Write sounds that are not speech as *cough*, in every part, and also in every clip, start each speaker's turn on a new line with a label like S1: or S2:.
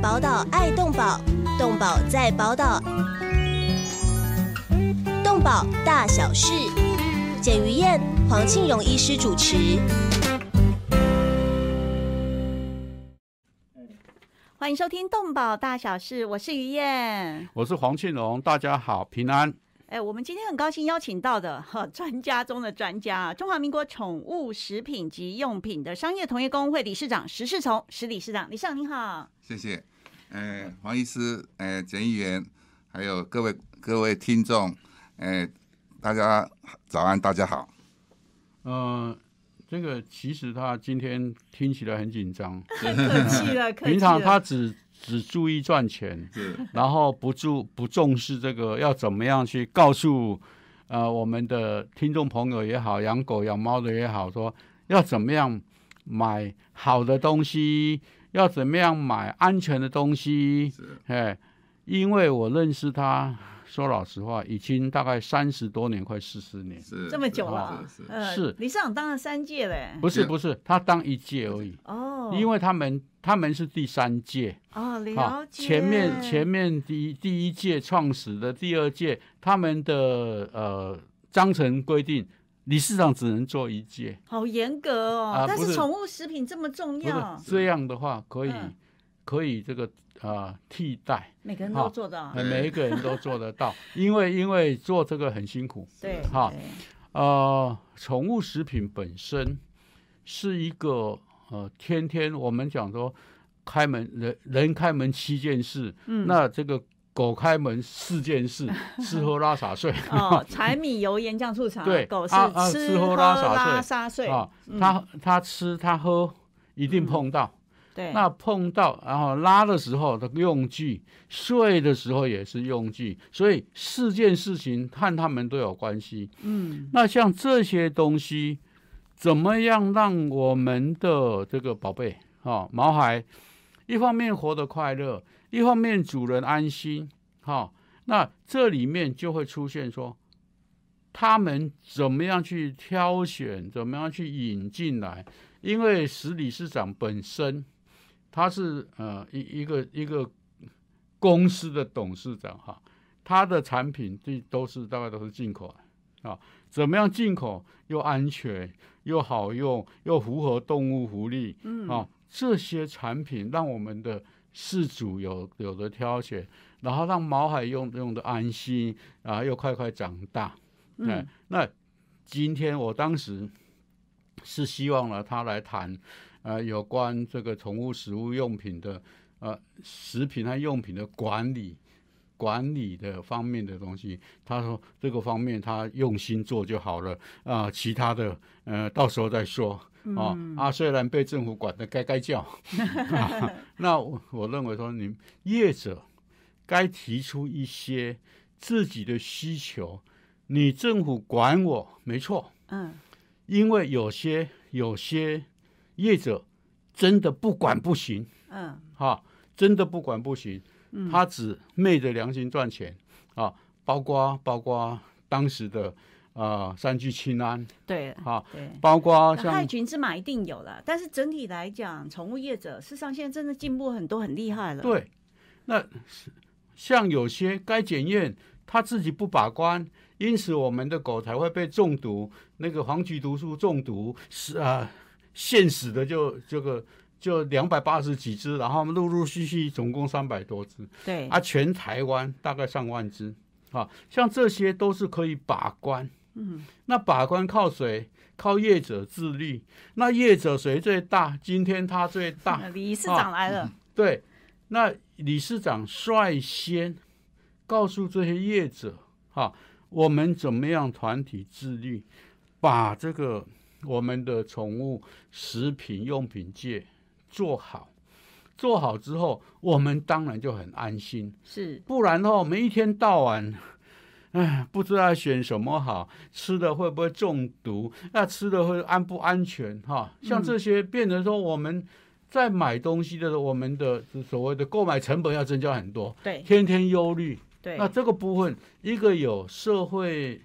S1: 宝岛爱动宝，动宝在宝岛，动宝大小事，简于燕、黄庆荣医师主持。
S2: 欢迎收听《动保大小事》，我是于燕。
S3: 我是黄庆荣，大家好，平安。
S2: 哎，我们今天很高兴邀请到的哈 *laughs* 专家中的专家，中华民国宠物食品及用品的商业同业工会理事长石世从石理事长，理事长您好。
S4: 谢谢，呃，黄医师，呃，简议员，还有各位各位听众，呃，大家早安，大家好。
S3: 呃，这个其实他今天听起 *laughs* 来很紧张，
S2: 客气了，客气了。
S3: 平常他只只注意赚钱，
S4: 是，
S3: 然后不注不重视这个要怎么样去告诉呃我们的听众朋友也好，养狗养猫的也好，说要怎么样买好的东西，要怎么样买安全的东西，
S4: 是
S3: 哎，因为我认识他，说老实话，已经大概三十多年，快四十年。
S4: 是
S2: 这么久了
S4: 是，是
S2: 呃
S3: 啊是
S2: 理事长当了三届嘞。
S3: 不是
S4: 是
S3: 不是，他当一届而已，
S2: 哦，
S3: 因
S2: 为
S3: 为他们他们是第三届，
S2: 哦
S3: 哈
S2: 了，解
S3: 前面前面第一第一届创始的第二届，他们的呃章程规定，理事长只能做一届，
S2: 好严格哦，
S3: 啊
S2: 但
S3: 不
S2: 是
S3: 是
S2: 宠物食品这么重
S3: 不是
S2: 要，
S3: 这样的话可以
S2: 嗯
S3: 可以这个呃替代，
S2: 每个人都
S3: 好
S2: 做到。
S3: 呃每一个人都做得到，因为因为做这个很辛苦，
S2: 对，
S3: 好
S2: 对
S3: 呃，宠物食品本身是一个呃，天天我们讲说开门人人开门七件事，
S2: 嗯
S3: 那这个狗开门四件事，吃喝拉撒睡 *laughs*
S2: 哦，柴米油盐酱醋茶，
S3: 对
S2: 狗是
S3: 啊啊
S2: 吃
S3: 吃喝
S2: 喝
S3: 拉撒
S2: 拉
S3: 睡
S2: 撒睡，
S3: 啊
S2: 嗯，
S3: 它它吃它喝一定碰到，
S2: 对，
S3: 那碰到然后拉的时候的用具，睡的时候也是用具，所以四件事情和它们都有关系。
S2: 嗯
S3: 那像这些东西，怎么样让我们的这个宝贝啊、毛孩，一方面活得快乐，一方面主人安心，哈、那这里面就会出现说，他们怎么样去挑选，怎么样去引进来，因为史理事长本身他是呃一一个一个公司的董事长哈、他的产品这都是大概都是进口的。啊怎么样进口又安全又好用又符合动物福利
S2: 嗯，
S3: 啊？这些产品让我们的饲主有有的挑选，然后让毛孩用用的安心啊，又快快长大。
S2: 嗯
S3: 哎，那今天我当时是希望呢，他来谈呃有关这个宠物食物用品的呃食品和用品的管理。管理的方面的东西，他说这个方面他用心做就好了啊、其他的呃到时候再说啊、啊。虽然被政府管得该该叫， *laughs* 啊那我我认为说你们业者该提出一些自己的需求，你政府管我没错，
S2: 嗯，
S3: 因为有些有些业者真的不管不行
S2: 嗯，
S3: 哈，真的不管不行，他只昧着良心赚钱啊，包括包括当时的啊、呃三聚氰胺
S2: 对
S3: 啊，
S2: 对。
S3: 包括像
S2: 害群之马一定有了，但是整体来讲，宠物业者事实上现在真的进步很多，很厉害了。，
S3: 对，那是像有些该检验他自己不把关，因此我们的狗才会被中毒，那个黄曲毒素中毒是啊、现死的就这个就两百八十几只，然后陆陆续续总共三百多只，
S2: 对，
S3: 啊，全台湾大概上万只啊，像这些都是可以把关。嗯，那把关靠谁？靠业者自律。那业者谁最大？今天他最大，啊嗯
S2: 呃李市长来了，
S3: 对，那理事长率先告诉这些业者，哈、我们怎么样团体自律，把这个我们的宠物食品用品界做好。做好之后，我们当然就很安心。
S2: 是
S3: 不然的话，我们一天到晚，哎，不知道选什么好，吃的会不会中毒？那吃的会安不安全？哈，像这些变成说我们在买东西的时候，我们的所谓的购买成本要增加很多，
S2: 对
S3: 天天忧虑。
S2: 对
S3: 那这个部分，一个有社会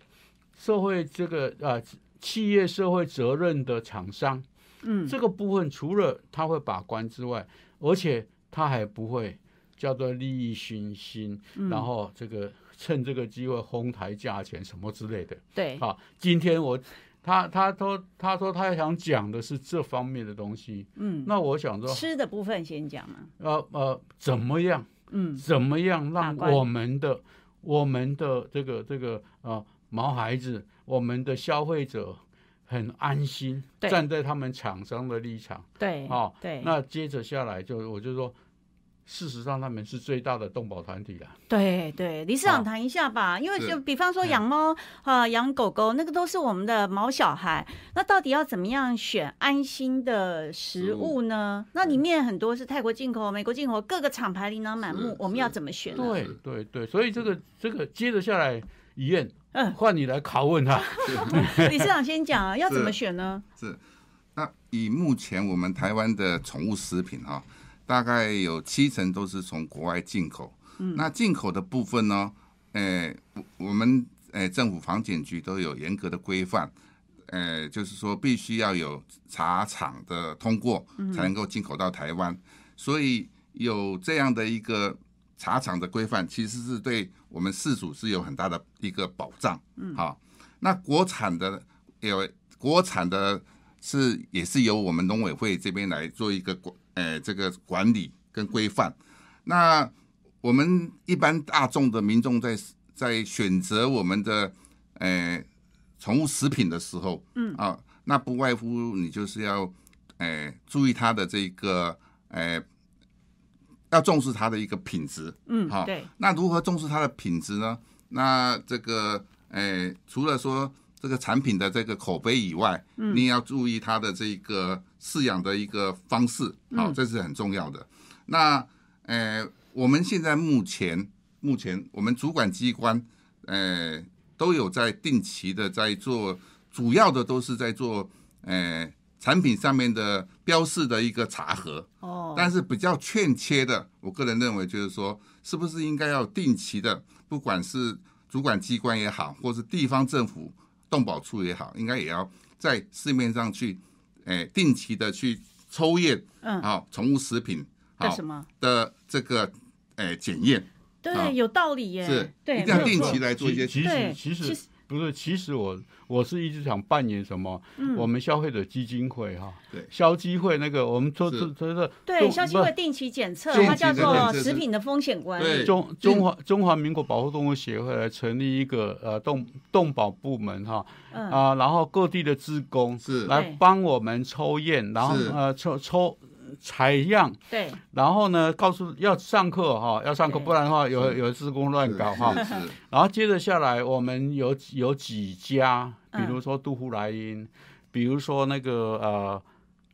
S3: 社会这个啊企业社会责任的厂商，
S2: 嗯
S3: 这个部分除了他会把关之外，而且他还不会叫做利益熏心，
S2: 嗯
S3: 然后这个趁这个机会哄抬价钱什么之类的。
S2: 对，
S3: 好，今天我他他说他说他想讲的是这方面的东西，
S2: 嗯，
S3: 那我想说，
S2: 吃的部分先讲嘛，
S3: 呃呃，怎么样？
S2: 嗯，
S3: 怎么样
S2: 把
S3: 让
S2: 关
S3: 我们的我们的这个这个呃毛孩子，我们的消费者很安心，
S2: 对
S3: 站在他们厂商的立场。
S2: 对，
S3: 哦
S2: 对，
S3: 那接着下来就我就说，事实上他们是最大的动保团体了。
S2: 对对，理事长谈一下吧，因为
S4: 是
S2: 就比方说
S3: 嗯
S2: 养猫啊、养狗狗，那个都是我们的毛小孩，那到底要怎么样选安心的食
S4: 食
S2: 物呢？
S4: 嗯
S2: 那里面很多是泰国进口、美国进口，各个厂牌琳琅满目
S4: 是，
S2: 我们要
S4: 是
S2: 怎么选呢？
S3: 对
S4: 是
S3: 对对，所以这
S4: 嗯
S3: 个这个接着下来，怡燕
S2: 嗯，
S3: 换你来拷问
S4: *laughs*
S3: 他。
S2: *laughs* 理事长先讲啊，要怎么
S4: 是
S2: 选呢？
S4: 那以目前我们台湾的宠物食品哈、大概有七成都是从国外进口。嗯，那进口的部分呢，呃，我我们呃政府防检局都有严格的规范，呃，就是说必须要有茶厂的通过才能够进口到台湾，所以有这样的一个茶厂的规范，其实是对我们饲主是有很大的一个保障。嗯，好、那国产的有国产的是也是由我们农委会这边来做一个管，呃，这个管理跟规范。那我们一般大众的民众在在选择我们的呃宠物食品的时候，嗯啊，那不外乎你就是要呃注意它的这个呃，要重视它的一个品质，
S2: 嗯
S4: 好，
S2: 对，
S4: 那如何重视它的品质呢？那这个，诶、除了说这个产品的这个口碑以外，你也要注意它的这个饲养的一个方式，好、这是很重要的。那，诶、我们现在目前目前我们主管机关，诶、都有在定期的在做，主要的都是在做，诶、产品上面的标示的一个查核，
S2: 哦，
S4: 但是比较欠缺的，我个人认为就是说，是不是应该要定期的，不管是主管机关也好，或是地方政府动保处也好，应该也要在市面上去，哎、定期的去抽验，
S2: 嗯
S4: 好、宠物食品
S2: 干
S4: 好
S2: 什么？
S4: 的这个，哎、检验好
S2: 对，有道理耶，
S4: 是
S2: 对，
S4: 一定要
S2: 没有
S4: 定
S2: 错
S4: 期来做一些
S3: 其
S2: 对
S3: 其
S2: 其
S3: 实其
S2: 实
S3: 实不是，其实我我是一直想扮演什么，
S2: 嗯
S3: 我们消费者基金会哈，
S4: 对
S3: 消基会那个我们做
S4: 是
S3: 做做做
S2: 对，
S3: 中
S2: 消基
S3: 不
S2: 会定期检测，
S4: 定
S2: 它
S4: 期
S2: 叫
S4: 的
S2: 做
S4: 检测是
S2: 食品的风险管理
S4: 对，
S3: 中中华中华民国保护动物协会来成立一个呃动动保部门哈
S2: 嗯
S3: 啊、然后各地的职工
S4: 是
S3: 来
S2: 对
S3: 帮我们抽验，然后
S4: 是
S3: 呃抽抽采样，
S2: 对，
S3: 然后呢告诉要上课哈、要上课，
S2: 对
S3: 不然的话有
S4: 是
S3: 有职工乱搞哈。
S4: 是是
S3: *laughs* 然后接着下来，我们有几有几家，比
S2: 嗯
S3: 如说杜夫莱因，比如说那个呃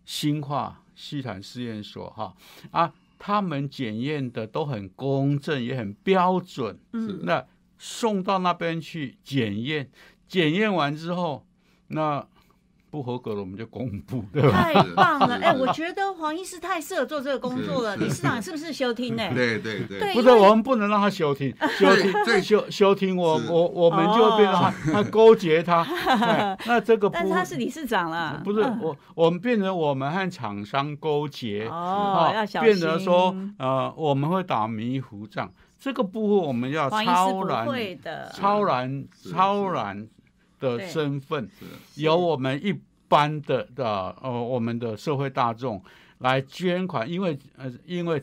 S3: 新化西坦试验所哈啊，他们检验的都很公正，也很标准。
S2: 嗯
S4: 是
S3: 那送到那边去检验，检验完之后，那不合格了我们就公布，对吧？
S2: *laughs* 太棒了！
S4: 是
S2: 哎，
S4: 是
S2: 我觉得黄医师太适合做这个工作了。
S4: 是是
S2: 理事长是不是休听呢？
S4: 对对
S2: 哎
S4: 对
S2: 对，
S3: 不
S2: 因
S3: 是，
S2: 为
S3: 我们不能让他
S2: *laughs*
S3: 休庭，休
S4: 对
S3: 庭，休休庭，我
S4: 是
S3: 我我们就会变成他，他勾
S2: *laughs*
S3: 结他。哎那这个不
S2: 哦但是他是理事长了，
S3: 不是
S2: 嗯
S3: 我我们变成我们和厂商勾结
S2: 哦
S3: 啊，
S2: 要小心。
S3: 变成说呃我们会打迷糊仗，这个部分我们要
S2: 黄医师
S3: 超
S2: 不
S3: 然
S2: 会的，
S3: 超然
S4: 是
S3: 超
S4: 是
S3: 然的
S2: 对
S3: 身份，
S4: 是
S3: 由我们一般的的呃我们的社会大众来捐款，因为呃因为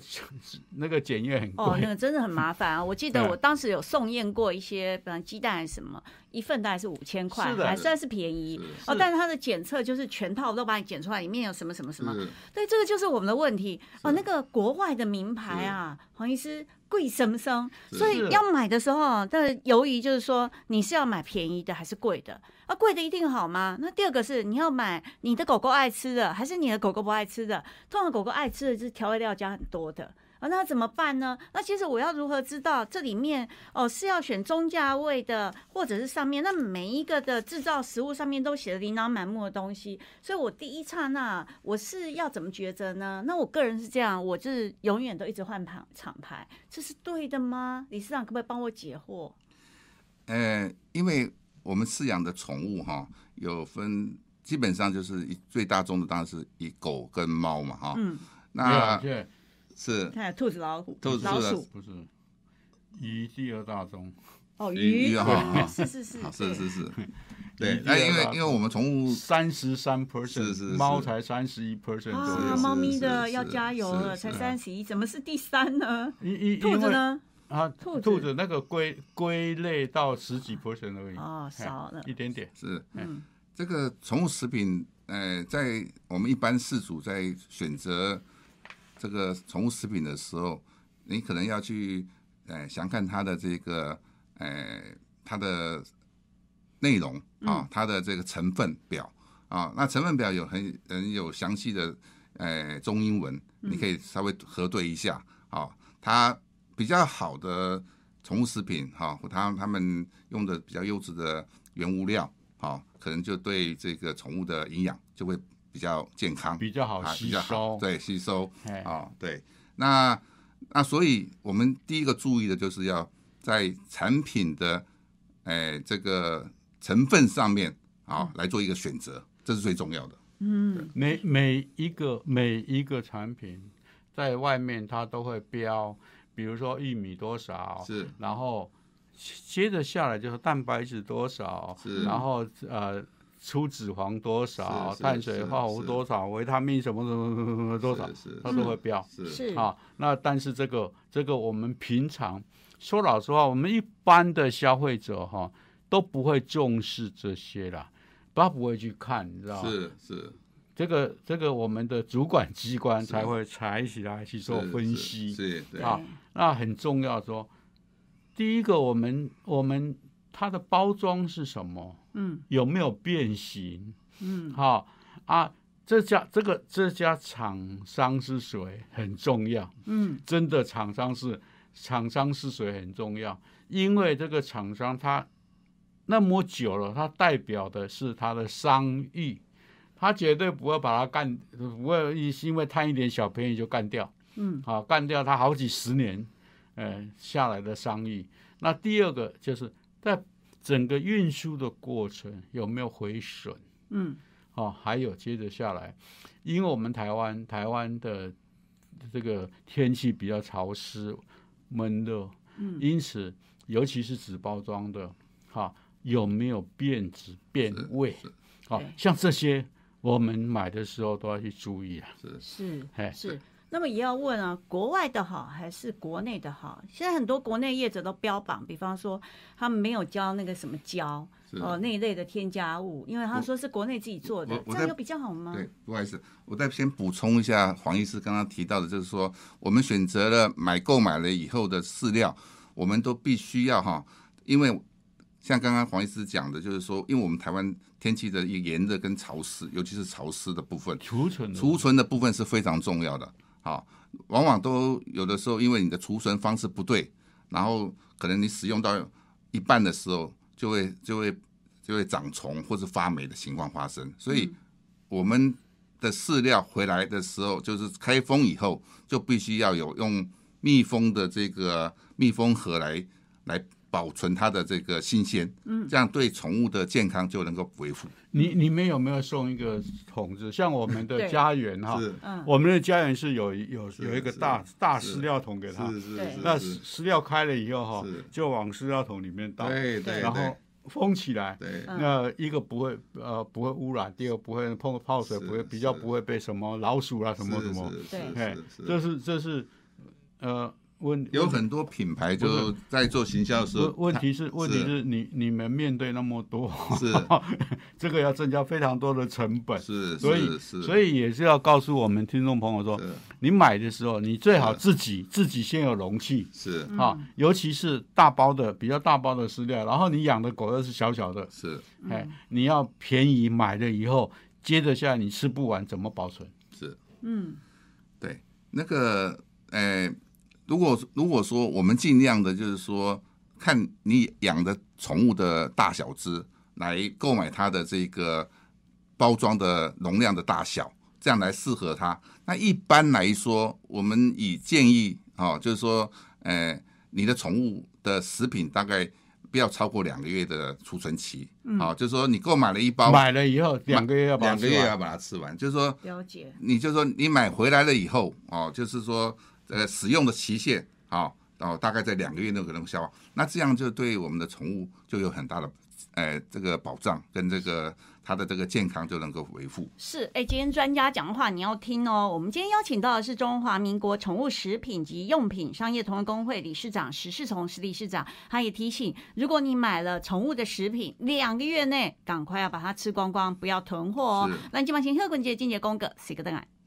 S3: *laughs* 那个检验很
S2: 哦，那
S3: 贵，
S2: 个真的很麻烦啊！我记得
S3: 对
S2: 我当时有送验过一些，比方鸡蛋还是什么，一份大概是五千块，
S3: 是的
S2: 还算是便宜
S4: 是
S2: 哦。但是它的检测就是全套都把你检出来，里面有什么什么什么，
S4: 是
S2: 对，这个就是我们的问题哦。那个国外的名牌啊，黄医师贵生生，
S4: 是
S2: 所以
S3: 是
S2: 要买的时候，但是由于就是说你是要买便宜的还是贵的？啊，贵的一定好吗？那第二个是你要买你的狗狗爱吃的，还是你的狗狗不爱吃的？通常狗狗爱吃的就是调味料加很多的。啊，那怎么办呢？那其实我要如何知道这里面哦是要选中价位的，或者是上面那每一个的制造食物上面都写的琳琅满目的东西，所以我第一刹那我是要怎么抉择呢？那我个人是这样，我就是永远都一直换厂厂牌，这是对的吗？理事长可不可以帮我解惑？
S4: 呃，因为我们饲养的宠物哈、有分，基本上就是以最大宗的当然是以狗跟猫嘛哈、
S2: 嗯， *laughs*
S3: 没有
S4: 那
S3: 对
S4: 是
S2: 看兔子、老虎、
S4: 兔子
S2: 老
S4: 是的
S2: 鼠，
S3: 不是鱼第二大宗，
S2: 哦，
S4: 啊鱼
S2: 鱼
S4: 鱼哈，
S2: 是是是
S4: *laughs* 好是是是，
S3: 鱼
S4: 对，
S3: 第
S4: 那
S3: 二
S4: 因为
S3: 大
S4: 因为我们宠物
S3: 三十三 percent，
S4: 是是是
S3: 猫才三十一 percent 左
S2: 啊，
S3: 右。
S2: 猫咪的
S4: 是
S2: 要
S4: 是
S2: 加油了，
S4: 是
S2: 才
S4: 是
S2: 三十一，怎么是第三呢？
S3: 因因
S2: 兔
S3: 因
S2: 子
S3: 为
S2: 呢？
S3: 啊，
S2: 兔子
S3: 兔子那个归归类到十几 percent 而已，
S2: 哦，
S3: 嗯嘿
S2: 少了，
S3: 一点点。
S4: 是
S2: 嗯，
S4: 这个宠物食品，呃，在我们一般饲主在选择这个宠物食品的时候，你可能要去呃详看它的这个呃它的内容啊，它的这个成分表啊，那成分表有很很有详细的呃中英文，你可以稍微核对一下啊，它比较好的宠物食品哈，它他们用的比较优质的原物料，好、可能就对这个宠物的营养就会比较健康，
S3: 比较好
S4: 啊
S3: 吸
S4: 比较好
S3: 收，
S4: 对吸收
S3: 嘿，
S4: 啊、对。那那所以我们第一个注意的就是要在产品的哎、这个成分上面啊、来做一个选择，这是最重要的。
S2: 嗯，
S3: 每每一个每一个产品在外面它都会标，比如说玉米多少，
S4: 是
S3: 然后接着下来就是蛋白质多少，
S4: 是
S3: 然后呃粗脂肪多少
S4: 是，是
S3: 碳水化合物
S4: 是
S3: 多少，维他命什么什么什么什么多少，
S4: 是
S3: 它都会标。
S4: 是是
S2: 是
S3: 啊，那但是这个这个我们平常说老实话，我们一般的消费者哈、都不会重视这些啦，他不会去看，你知道吗？
S4: 是是
S3: 这个这个我们的主管机关
S4: 是
S3: 才会采起来去做分析。
S4: 是对
S3: 啊那很重要说，第一个我们我们它的包装是什么？
S2: 嗯
S3: 有没有变形？
S2: 嗯，
S3: 好、啊，这家这个这家厂商是谁很重要。
S2: 嗯，
S3: 真的厂商是厂商是谁很重要，因为这个厂商他那么久了，他代表的是他的商誉，他绝对不会把它干，不会因为贪一点小便宜就干掉。
S2: 嗯，
S3: 好、干掉他好几十年，呃下来的商誉。那第二个就是在整个运输的过程有没有毁损？
S2: 嗯，
S3: 哦，还有接着下来，因为我们台湾台湾的这个天气比较潮湿闷热，嗯，因此尤其是纸包装的，哈、有没有变质变味？好、
S2: 对
S3: 像这些我们买的时候都要去注意啊。
S2: 是
S3: 嘿
S2: 是。那么也要问啊，国外的好还是国内的好？现在很多国内业者都标榜，比方说他们没有交那个什么胶
S4: 是
S2: 哦那一类的添加物，因为他说是国内自己做的
S4: 我，
S2: 这
S4: 我
S2: 样
S4: 在
S2: 有比较好吗？
S4: 对，不好意思，我再先补充一下黄医师刚刚提到的，就是说我们选择了买购买了以后的饲料，我们都必须要哈，因为像刚刚黄医师讲的，就是说，因为我们台湾天气的炎热跟潮湿，尤其是潮湿的部分，
S3: 储存的
S4: 嗯储存的部分是非常重要的。好，往往都有的时候因为你的储存方式不对，然后可能你使用到一半的时候，就会就会就会长虫或是发霉的情况发生。所以我们的饲料回来的时候，就是开封以后，就必须要有用密封的这个密封盒来来保存它的这个新鲜。嗯，这样对宠物的健康就能够维护。
S3: 你你们有没有送一个桶子？像我们的
S2: 对
S3: 家园哈，
S2: 嗯，
S3: 我们的家园是有有有一个
S4: 是
S3: 大大
S4: 是
S3: 饲料桶给他，
S4: 是
S2: 对
S3: 那饲料开了以后哈
S4: 是，
S3: 就往饲料桶里面倒，
S4: 对对
S3: 然后封起来。
S4: 对
S2: 嗯
S3: 那一个不会呃不会污染，第二不会碰泡水，
S4: 是
S3: 不会比较
S4: 是
S3: 不会被什么老鼠啊什
S4: 什
S3: 么什么，
S2: 对
S3: 哎，
S4: 是
S3: 这
S4: 是
S3: 是这是呃问
S4: 有很多品牌就在做行销的时候
S3: 问，问题是
S4: 它
S3: 问题是你你们面对那么多，
S4: 是
S3: *laughs* 这个要增加非常多的成本，
S4: 是，
S3: 所以
S4: 是是
S3: 所以也嗯是要告诉我们听众朋友说，你买的时候你最好
S4: 是
S3: 自己自己先有容器，
S4: 是
S2: 嗯
S3: 啊，尤其是大包的、比较大包的饲料，然后你养的狗又是小小的，
S4: 是
S2: 嗯
S3: 哎，你要便宜买了以后，接着下来你吃不完怎么保存？
S4: 是
S2: 嗯，
S4: 对那个呃，如果如果说我们尽量的就是说，看你养的宠物的大小只来购买它的这个包装的容量的大小，这样来适合它。那一般来说，我们以建议哦，就是说，呃，你的宠物的食品大概不要超过两个月的储存期，好、就是说你购买了一包，
S3: 买了以后两个月要把它
S4: 两个
S3: 吃
S4: 月
S3: 完。
S4: 要把它吃完，就是说
S2: 了解，
S4: 你就说你买回来了以后哦，就是说呃使用的期限好，哦，大概在两个月内可能消化。那这样就对我们的宠物就有很大的呃这个保障，跟这个它的这个健康就能够维护。
S2: 是，哎，今天专家讲的话你要听哦。我们今天邀请到的是中华民国宠物食品及用品商业同业工会理事长石世从石理事长，他也提醒，如果你买了宠物的食品，两个月内赶快要把它吃光光，不要囤货哦
S4: 是。
S2: 那今晚请贺滚姐、金姐公哥，谁个灯啊？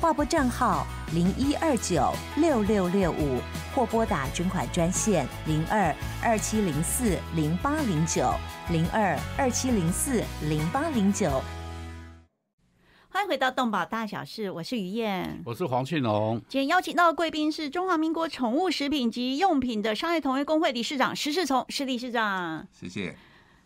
S5: 划拨账号零一二九六六六五，或拨打捐款专线零二二七零四零八零九零二二七零四零八零九。
S2: 欢迎回到动保大小事，我是于燕。
S3: 我是黄庆龙，
S2: 今天邀请到的贵宾是中华民国宠物食品及用品的商业同业工会理事长石世从石理事长。
S4: 谢谢。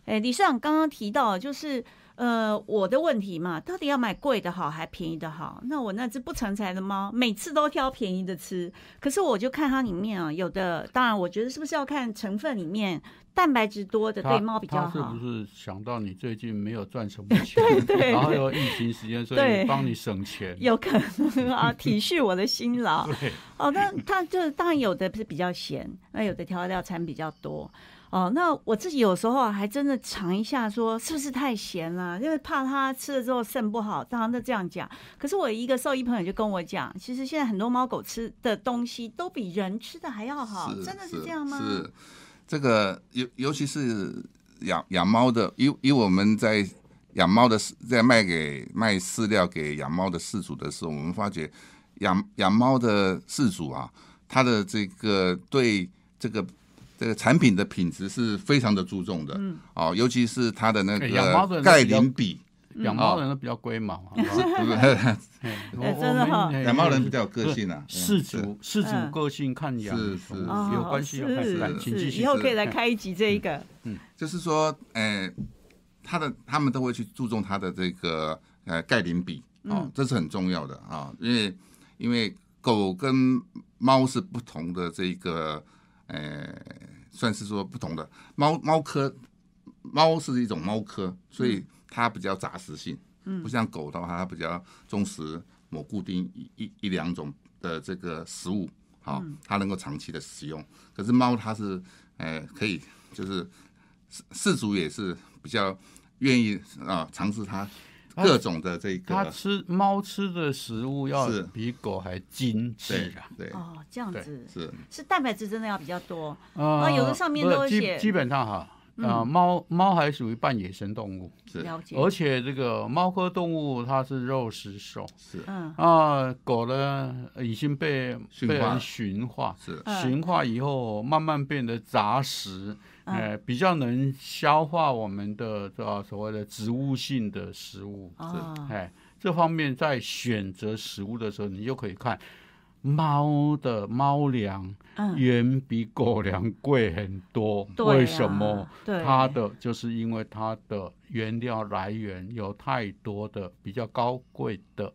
S2: 哎，理事长刚刚提到，就是呃，我的问题嘛，到底要买贵的好还便宜的好？那我那只不成才的猫，每次都挑便宜的吃，可是我就看它里面啊，有的当然，我觉得是不是要看成分里面蛋白质多的对猫比较
S3: 他是
S2: 好
S3: 不？是想到你最近没有赚什么
S2: *laughs*
S3: 钱，然后有疫情时间，所
S2: 对
S3: 以帮你省钱？
S2: 有可能啊， *laughs* 体恤我的辛
S3: *laughs*
S2: 劳。
S3: 对，
S2: 哦，那它就当然有的是比较咸，那有的调料掺比较多。哦，那我自己有时候啊还真的尝一下，说是不是太咸了？因为怕它吃了之后肾不好，当然都这样讲。可是我一个兽医朋友就跟我讲，其实现在很多猫狗吃的东西都比人吃的还要好，真的是这样吗？
S4: 是，这个尤尤其是养养猫的，以以我们在养猫的饲在卖给卖饲料给养猫的饲主的时候，我们发觉养养猫的饲主啊，他的这个对这个。这个产品的品质是非常的注重的，嗯，哦，尤其是它的那
S3: 哎养猫的
S4: 个
S3: 人
S4: 钙
S3: 比较
S4: 磷比，
S2: 嗯
S3: 养猫的人都比较龟毛
S2: *laughs*
S3: 啊，哎
S4: 不
S3: *laughs*
S4: 是
S3: 我我
S2: 真的哈
S3: 们
S4: 养猫人比较有个
S3: *laughs*
S4: 性啊，
S3: 氏
S4: 嗯
S3: 族氏族个性看养
S4: 是
S3: 宠
S4: 是
S2: 哦
S3: 物有关系，有关系
S2: 是
S3: 来，请继
S2: 是，
S3: 续
S2: 以。后可以来开一集
S3: 嗯
S2: 这一个。
S4: 就是说，呃，他的他们都会去注重他的这个呃钙磷比哦，这是很重要的啊、因为因为狗跟猫是不同的这个呃，算是说不同的猫猫科，猫是一种猫科，所以它比较杂食性，嗯，不像狗的话，它比较忠实某固定一一一两种的这个食物。好、它能够长期的使用。可是猫它是，呃，可以就是饲主也是比较愿意啊尝试它各种的这
S3: 它
S4: 个
S3: 吃猫吃的食物要
S4: 啊是
S3: 比狗还精致
S4: 对
S3: 啊！
S4: 对
S2: 哦，这样
S3: 对
S2: 子
S4: 是
S2: 是蛋白质真的要比较多。
S3: 啊
S2: 有的上面都写
S3: 基本上哈，啊，猫猫还属于半野生动物，
S4: 是
S2: 了解，
S3: 而且这个猫科动物它是肉食兽
S4: 是
S2: 嗯，
S3: 啊，狗呢已经被
S4: 驯
S3: 被
S4: 化
S3: 人驯化，
S4: 是
S2: 嗯
S3: 驯化以后慢慢变得杂食，
S2: 嗯
S3: 呃，比较能消化我们的啊所谓的植物性的食物，
S2: 哦，
S3: 哎，这方面在选择食物的时候，你就可以看猫的猫粮
S2: 嗯
S3: 远比狗粮贵很多，
S2: 对
S3: 为
S2: 啊
S3: 什么？
S2: 对啊
S3: 它的就是因为它的原料来源有太多的比较高贵的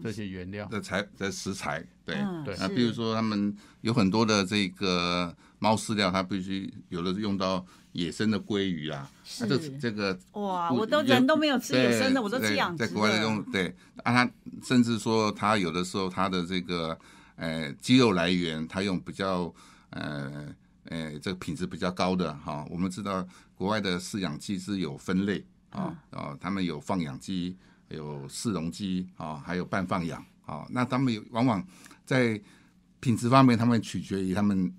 S3: 这些原料，
S4: 的材的食材对。
S2: 嗯
S3: 对
S4: 啊，
S2: 是
S4: 比如说他们有很多的这个猫饲料，它必须有的是用到野生的鲑鱼啊，
S2: 是
S4: 那这这个
S2: 哇，
S4: 不
S2: 啊我都
S4: 也
S2: 人都没有吃野生的，
S4: 对
S2: 我都吃
S4: 对
S2: 养殖
S4: 在国外的用对啊，它甚至说它有的时候它的这个呃肌肉来源，它用比较呃呃这个品质比较高的哈、我们知道国外的饲养鸡是有分类啊
S2: 嗯
S4: 啊，他们有放养鸡，有饲容鸡啊，还有半放养啊。那他们有往往在品质方面，他们取决于他们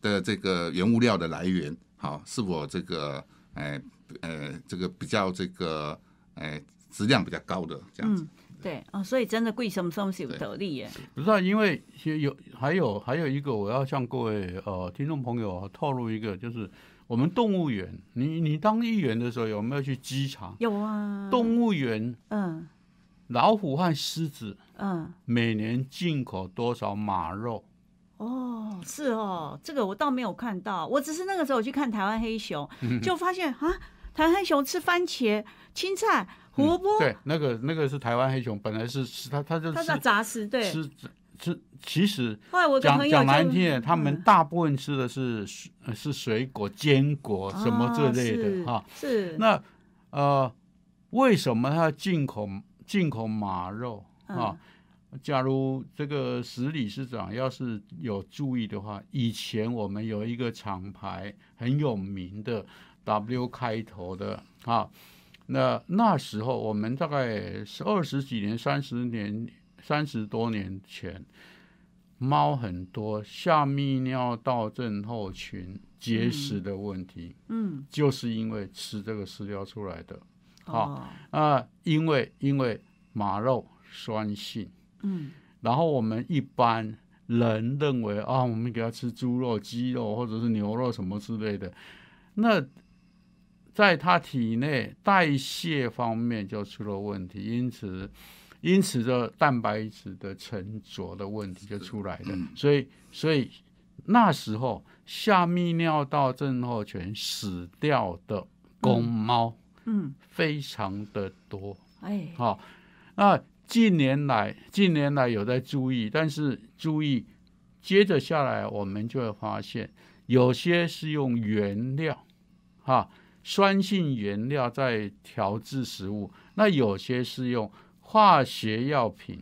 S4: 的这个原物料的来源，好、是否这个哎呃呃这个比较这个呃质量比较高的这样子。
S2: 对哦，所以真的贵什么东西有得利耶？
S3: 不是、啊，因为其实有还有还有一个，我要向各位呃听众朋友啊透露一个，就是我们动物园，你你当议员的时候有没有去稽查
S2: 有啊，
S3: 动物园
S2: 嗯
S3: 老虎和狮子
S2: 嗯
S3: 每年进口多少马肉？
S2: 哦，是哦，这个我倒没有看到，我只是那个时候去看台湾黑熊，
S3: 嗯
S2: 就发现啊，台湾黑熊吃番茄、青菜、胡
S3: 嗯
S2: 萝卜，
S3: 对，那个那个是台湾黑熊，本来是是它它就
S2: 它
S3: 是
S2: 是杂食，对。
S3: 吃吃，其实
S2: 后来我的
S3: 讲
S2: 朋友
S3: 讲
S2: 就
S3: 难听点，他们
S2: 嗯
S3: 大部分吃的是水呃是水果、坚果什么这类的哈、
S2: 啊是，是
S3: 那呃，为什么它要进口进口马肉
S2: 嗯
S3: 啊？假如这个史理事长要是有注意的话，以前我们有一个厂牌很有名的 W 开头的啊，那那时候我们大概是二十几年、三十年、三十多年前，猫很多，下泌尿道症候群结石的问题，
S2: 嗯
S3: 就是因为吃这个饲料出来的好
S2: 哦
S3: 啊、因为因为马肉酸性，
S2: 嗯
S3: 然后我们一般人认为啊，我们给它吃猪肉、鸡肉或者是牛肉什么之类的，那在它体内代谢方面就出了问题，因此。因此，这蛋白质的沉着的问题就出来了。
S4: 嗯
S3: 所以，所以那时候下泌尿道症候群死掉的公猫
S2: 嗯，
S3: 非常的多。
S2: 哎，
S3: 好、那近年来近年来有在注意，但是注意，接着下来我们就会发现，有些是用原料，哈、酸性原料在调制食物，那有些是用化学药品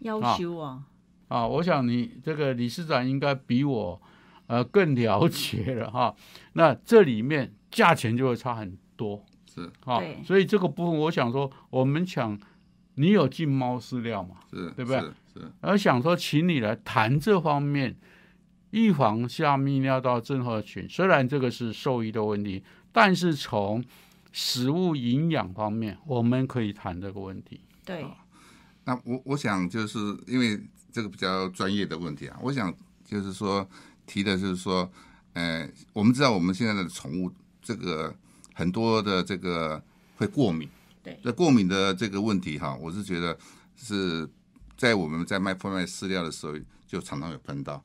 S2: 要
S3: 啊
S2: 求啊，
S3: 啊。我想你这个理事长应该比我呃更了解了哈、那这里面价钱就会差很多。
S4: 是
S3: 好、
S2: 对
S3: 所以这个部分我想说，我们想你有进猫饲料嘛，
S4: 是，
S3: 对不对
S4: 是是，
S3: 而想说请你来谈这方面，预防下泌尿道症候群。虽然这个是兽医的问题，但是从食物营养方面，我们可以谈这个问题。
S2: 对，
S4: 那我我想就是因为这个比较专业的问题啊，我想就是说提的就是说，呃，我们知道我们现在的宠物这个很多的这个会过敏，
S2: 对
S4: 那过敏的这个问题哈，我是觉得是在我们在卖贩卖饲料的时候就常常有碰到，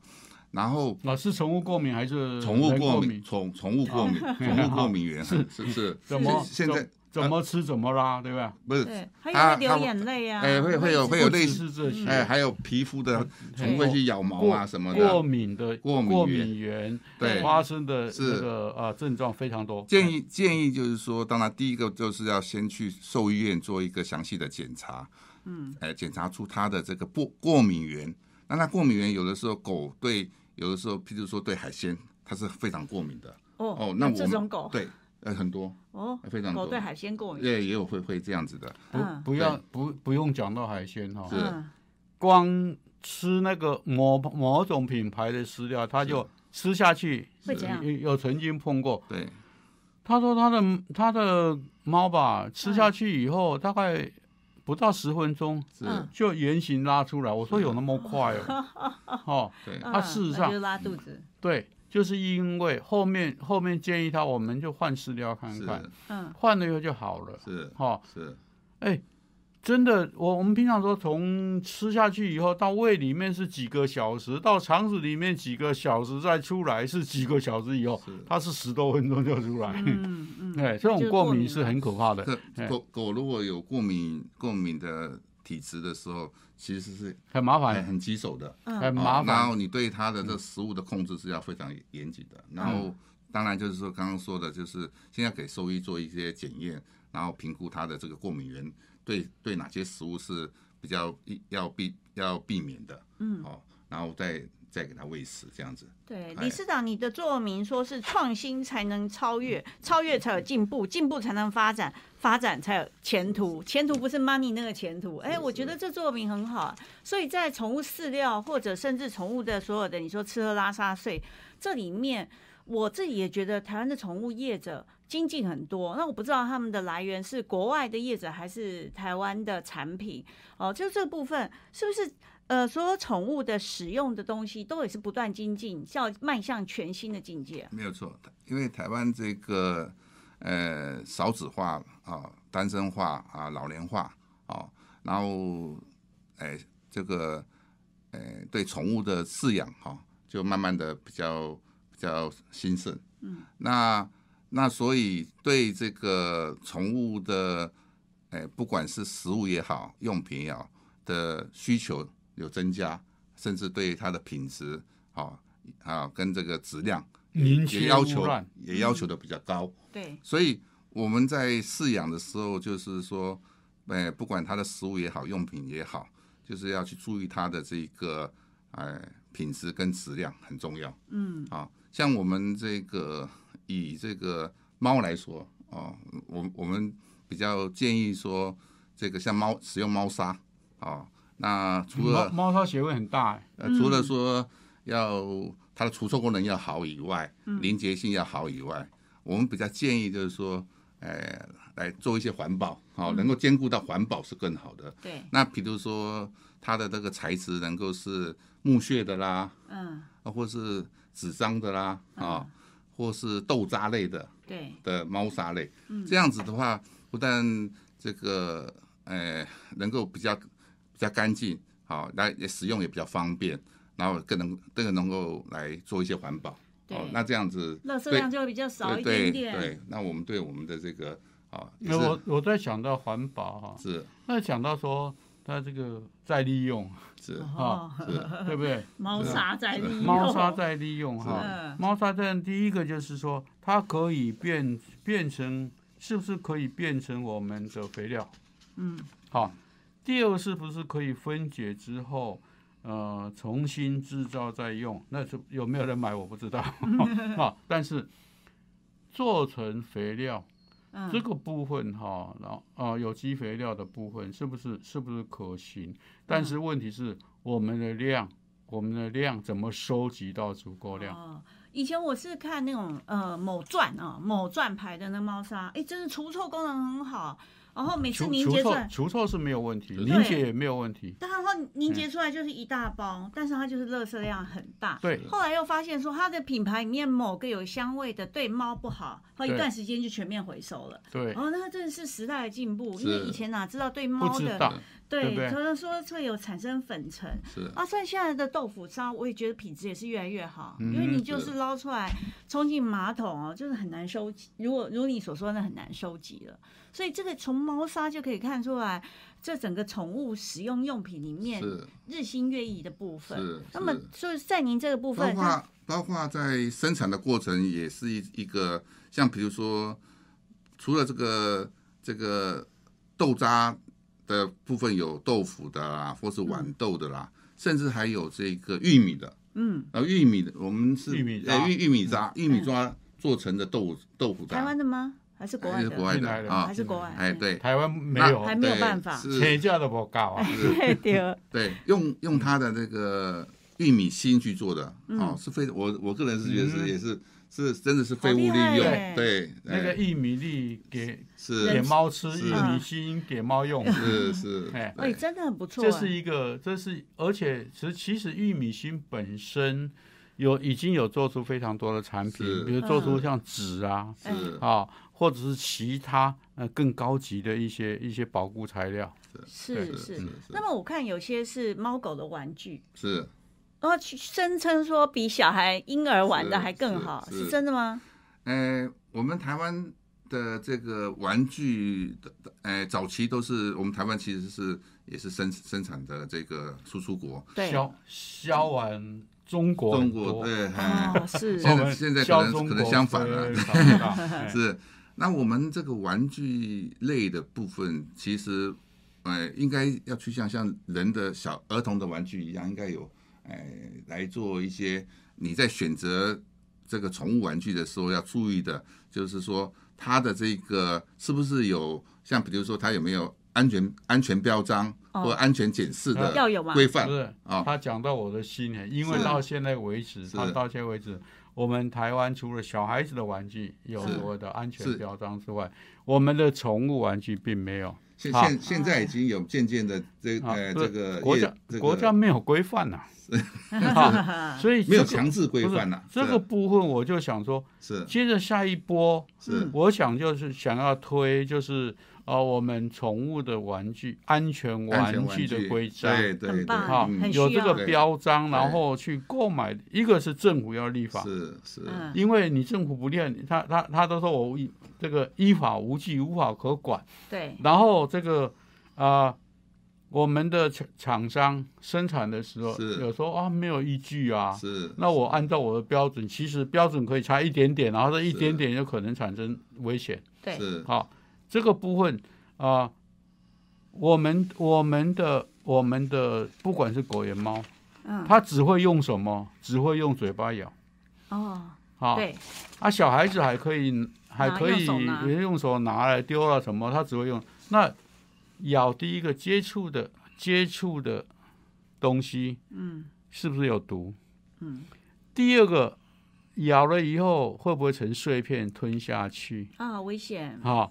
S4: 然后
S3: 老师，宠物过敏还是
S4: 宠
S3: 嗯
S4: 物
S3: 人
S4: 过
S3: 过哦
S4: 敏，？宠宠物过敏，宠物过敏
S3: *laughs*
S4: 源是是是，
S3: 怎么
S4: 现现在呃
S3: 怎怎么吃怎么拉，对吧？
S4: 不是哎
S2: 对，还有
S4: 它
S2: 会流
S4: 它
S2: 眼泪啊，
S4: 哎会会有会有
S3: 不
S4: 类
S3: 只
S4: 似
S3: 是这些，
S2: 嗯
S4: 哎，还有皮肤的
S3: 对
S4: 虫会去咬毛啊什么
S3: 过
S4: 的。
S3: 敏的
S4: 过敏
S3: 过
S4: 源
S3: 敏源
S4: 对
S3: 发生的
S4: 是
S3: 这个啊症状非常多。
S4: 建议建议就是说，当然第一个就是要先去兽医院做一个详细的检查，嗯，哎，检查出它的这个过过敏源。那它过敏源有的时候狗对，有的时候譬如说对海鲜，它是非常过敏的。
S2: 哦
S4: 哦，那我
S2: 这
S4: 们
S2: 种狗
S4: 对，呃，很多，
S2: 哦，
S4: 非常
S2: 狗
S4: 多。
S2: 对海鲜过敏，
S4: 对，也有会会这样子的。
S3: 不
S2: 嗯
S3: 不要不不用讲到海鲜哈、
S4: 是
S2: 嗯
S3: 光吃那个某某种品牌的饲料，他就吃下去。
S2: 会怎样
S3: 有？有曾经碰过，
S4: 对，
S3: 他说他的他的猫吧，吃下去以后、大概不到十分钟
S4: 是，
S2: 嗯
S3: 就原形拉出来。我说有那么快哦？
S4: *laughs*
S3: 哦，
S4: 对，
S2: 嗯
S3: 它事实上
S2: 那就是拉肚子，
S3: 对，就是因为后面后面建议他，我们就换饲料看
S4: 是
S3: 看，
S2: 嗯
S3: 换了以后就好了。哦
S4: 是
S3: 哈、
S4: 是，
S3: 哎，真的，我我们平常说从吃下去以后到胃里面是几个小时，到肠子里面几个小时，再出来是几个小时以后
S4: 是，
S3: 它是十多分钟就出来。
S2: 嗯嗯，
S3: *laughs* 哎，这种
S2: 就是
S3: 过
S2: 过
S3: 敏
S2: 敏
S3: 是
S2: 了
S3: 很可怕的。
S4: 这狗狗如果有过敏过敏的体质的时候，其实是
S3: 很麻
S4: 很
S3: 烦，
S4: 很棘手的，
S2: 嗯
S3: 很麻
S4: 哦然
S3: 烦。
S4: 后你对它的这食物的控制是要非常严谨的。然
S3: 嗯
S4: 后当然就是说刚刚说的，就是先要给兽医做一些检验，然后评估它的这个过敏源对对哪些食物是比较要避要避免的，嗯，哦，然后再再给它喂食这样子。
S2: 对，
S4: 哎
S2: 理事长，你的座名说是创新才能超越，超越才有进步，进步才能发展，发展才有前途，前途不是 money 那个前途。哎，我觉得这座名很好，所以在宠物饲料或者甚至宠物的所有的你说吃喝拉撒睡这里面。我自己也觉得台湾的宠物业者精进很多。那我不知道他们的来源是国外的业者还是台湾的产品哦。就这部分是不是呃，所有宠物的使用的东西都也是不断精进，要迈向全新的境界？
S4: 没有错，因为台湾这个呃少子化啊、单身化啊、老年化啊，然后哎这个呃对宠物的饲养哈、就慢慢的比较比较兴盛。嗯，那那所以对这个宠物的哎不管是食物也好，用品也好的需求有增加，甚至对它的品质好啊跟这个质量。
S3: 宁
S4: 也
S3: 缺
S4: 要
S3: 毋
S4: 求
S3: 滥，
S4: 也要求的比较高，
S2: 对，
S4: 所以我们在饲养的时候，就是说，呃，不管它的食物也好，用品也好，就是要去注意它的这个呃品质跟质量很重要。
S2: 嗯，
S4: 啊，像我们这个以这个猫来说，哦，我我们比较建议说，这个像猫使用猫砂，哦，那除了
S3: 猫猫砂学问很大、欸，
S4: 呃，除了说要它的除臭功能要好以外，凝结性要好以外，我们比较建议就是说，呃，来做一些环保，好、能够兼顾到环保是更好的。
S2: 对，
S4: 那比如说它的这个材质能够是木屑的啦，
S2: 嗯，
S4: 啊或是纸张的啦，啊，或是豆渣类的，
S2: 对，
S4: 的猫砂类。
S2: 嗯
S4: 这样子的话，不但这个呃能够比较比较干净，好，来也使用也比较方便，然后更能更能够来做一些环保。
S2: 对
S4: 哦，那这样子，
S2: 垃圾
S4: 对
S2: 量就会比较少一
S4: 对
S2: 点点。
S4: 对对，那我们对我们的这个啊，也
S3: 那
S4: 是
S3: 哎我我在想到环保哈、
S4: 是
S3: 那想到说它这个再利用，
S4: 是
S2: 哦，
S4: 是
S3: 对不对？
S2: 猫砂在 *laughs* 利用，
S3: 猫砂再利用哈
S2: 嗯，
S3: 猫砂这样第一个就是说，它可以变变成，是不是可以变成我们的肥料？
S2: 嗯，
S3: 好。第二个是不是可以分解之后，呃，重新制造再用？那是有没有人买我不知道啊，但是做成肥料
S2: 嗯
S3: 这个部分哈，然后啊，有机肥料的部分是不是是不是可行？但是问题是我们的量，我们的量怎么收集到足够量？
S2: 哦，以前我是看那种呃某钻啊、某钻牌的那猫砂，哎，真的除臭功能很好，然后每次
S3: 除
S2: 凝
S3: 除
S2: 结出
S3: 臭
S2: 来，
S3: 除臭是没有问题，
S4: 对
S3: 凝结也没有问题。
S2: 但然后凝
S3: 嗯
S2: 结出来就是一大包，但是它就是垃圾量很大。
S3: 对
S2: 后来又发现说它的品牌里面某个有香味的对猫不好，然后一
S3: 对
S2: 段时间就全面回收了。
S3: 对，
S2: 哦，那真的是时代的进步，因为
S4: 是
S2: 以前哪知道对
S3: 不
S2: 猫
S3: 知
S2: 的
S3: 道对
S2: 对
S3: 不对
S2: 就是说会有产生粉尘，
S4: 是
S2: 啊，所以现在的豆腐砂，我也觉得品质也是越来越好，
S4: 嗯
S2: 因为你就是捞出来冲进马桶哦，就是很难收集。如果如你所说，那很难收集了。所以这个从猫砂就可以看出来，这整个宠物使用用品里面
S4: 是
S2: 日新月异的部分
S4: 是。
S2: 那么
S4: 是
S2: 就是在您这个部
S4: 包
S2: 分，它
S4: 括包括在生产的过程也是一一个，像比如说，除了这个这个豆渣的部分有豆腐的啦，或是豌豆的啦，甚至还有这个玉米的，
S2: 嗯，
S4: 呃，玉米的我们是
S3: 玉米渣
S4: 呃玉玉米渣，玉米渣做成的豆豆腐
S2: 台
S4: 渣
S2: 湾，的吗？还是国
S4: 还
S2: 外
S4: 是
S2: 的？
S4: 国外
S3: 进来
S4: 的
S3: 的
S4: 啊
S2: 还，是国外？
S4: 哎
S2: 嗯，
S4: 对，
S3: 台湾没有
S2: 还，没有
S4: 对
S2: 办法
S3: 铁
S4: 是，
S3: 价都不高
S4: 哎
S3: 啊。
S2: *laughs* 对哦
S4: *laughs*
S2: 对，
S4: 对，用用它的那个玉米芯去做的，
S2: 嗯
S4: 哦，是非我我个人是觉得
S3: 嗯
S4: 是也是是真的是废物利
S2: 好厉害
S4: 用
S2: 耶，
S4: 对，
S3: 那个
S4: 哎
S3: 玉米粒给给
S4: 是
S3: 猫吃，
S4: 是
S3: 玉米芯给猫用，
S4: 是是，
S3: 哎
S2: 哎，
S4: 对
S2: 真的很不错
S3: 这
S2: 哎。
S3: 是一个，这是而且其实其实玉米芯本身有已经有做出非常多的产
S4: 是
S3: 品，比如做出像纸啊
S2: 哎
S4: 是
S3: 啊，或者是其他呃更高级的一些一些保护材料。
S2: 是
S3: 对
S2: 是
S4: 是。
S2: 那么我看有些是猫狗的玩具，
S4: 是是，
S2: 然后去声称说比小孩婴儿玩的还更好，
S4: 是是
S2: 是真的吗？
S4: 哎，我们台湾的这个玩具的，哎，早期都是我们台湾其实是也是生生产的这个输出国，
S2: 对，
S3: 销销完中国
S4: 中
S3: 很多
S4: 国对，哎
S2: 哦，是
S4: 现在
S3: 我们
S4: 现在可
S3: 销
S4: 能
S3: 中
S4: 可能
S3: 国
S4: 相反了
S3: 非
S4: *laughs*
S3: 常大哎
S4: 是，那我们这个玩具类的部分，其实，呃，应该要去像像人的小儿童的玩具一样，应该有，呃，来做一些你在选择这个宠物玩具的时候要注意的，就是说它的这个是不是有像比如说它有没有安全安全标章
S2: 哦
S4: 或安全检视的
S2: 要有嘛
S4: 规
S3: 不
S4: 范。
S3: 是
S4: 啊
S3: 他讲到我的心呢，因为
S4: 是
S3: 到现在为止，
S4: 是
S3: 他到现在为止，我们台湾除了小孩子的玩具有
S4: 是
S3: 所谓的安全
S4: 是
S3: 标章之外，我们的宠物玩具并没有。
S4: 现
S3: 啊
S4: 现现在已经有渐渐的这
S3: 啊
S4: 呃
S3: 不是
S4: 这个
S3: 国
S4: 业
S3: 家
S4: 这个
S3: 国家没有规范呐，嗯 *laughs*
S4: *laughs*
S2: 哦 *laughs*
S3: 哈所以
S4: 没有
S3: 这个
S4: 强制规
S3: 不是
S4: 范了，
S3: 这个部分我就想说，
S4: 是
S3: 接着下一波，
S4: 是
S3: 我想就是想要推就是啊、呃我们宠物的玩具安全
S4: 安全
S3: 玩具的规章。
S4: 对对
S2: 很
S4: 对，
S2: 棒
S3: 哈
S2: 嗯很需要
S3: 有这个标章，
S4: 对
S3: 然后去购买。一个是政府要立法，
S4: 是是
S2: 嗯
S3: 因为你政府不立，他他他都说我依这个依法无据，无法可管。
S2: 对，
S3: 然后这个啊、呃我们的厂厂商生产的时候，
S4: 是
S3: 有时候啊没有依据啊，
S4: 是，
S3: 那我按照我的标准，其实标准可以差一点点，然后这一点点就可能产生危险。
S2: 对，
S4: 是
S3: 好，这个部分啊、我们我们的我们的不管是狗也猫，
S2: 嗯，
S3: 它只会用什么？只会用嘴巴咬。
S2: 哦，
S3: 好，
S2: 对，
S3: 啊，小孩子还可以还可以
S2: 拿用手拿
S3: 也是用手拿来丢了什么，他只会用那咬第一个接触的接触的东西，嗯，是不是有毒？
S2: 嗯，
S3: 第二个咬了以后会不会成碎片吞下去？
S2: 啊，危险，
S3: 哈、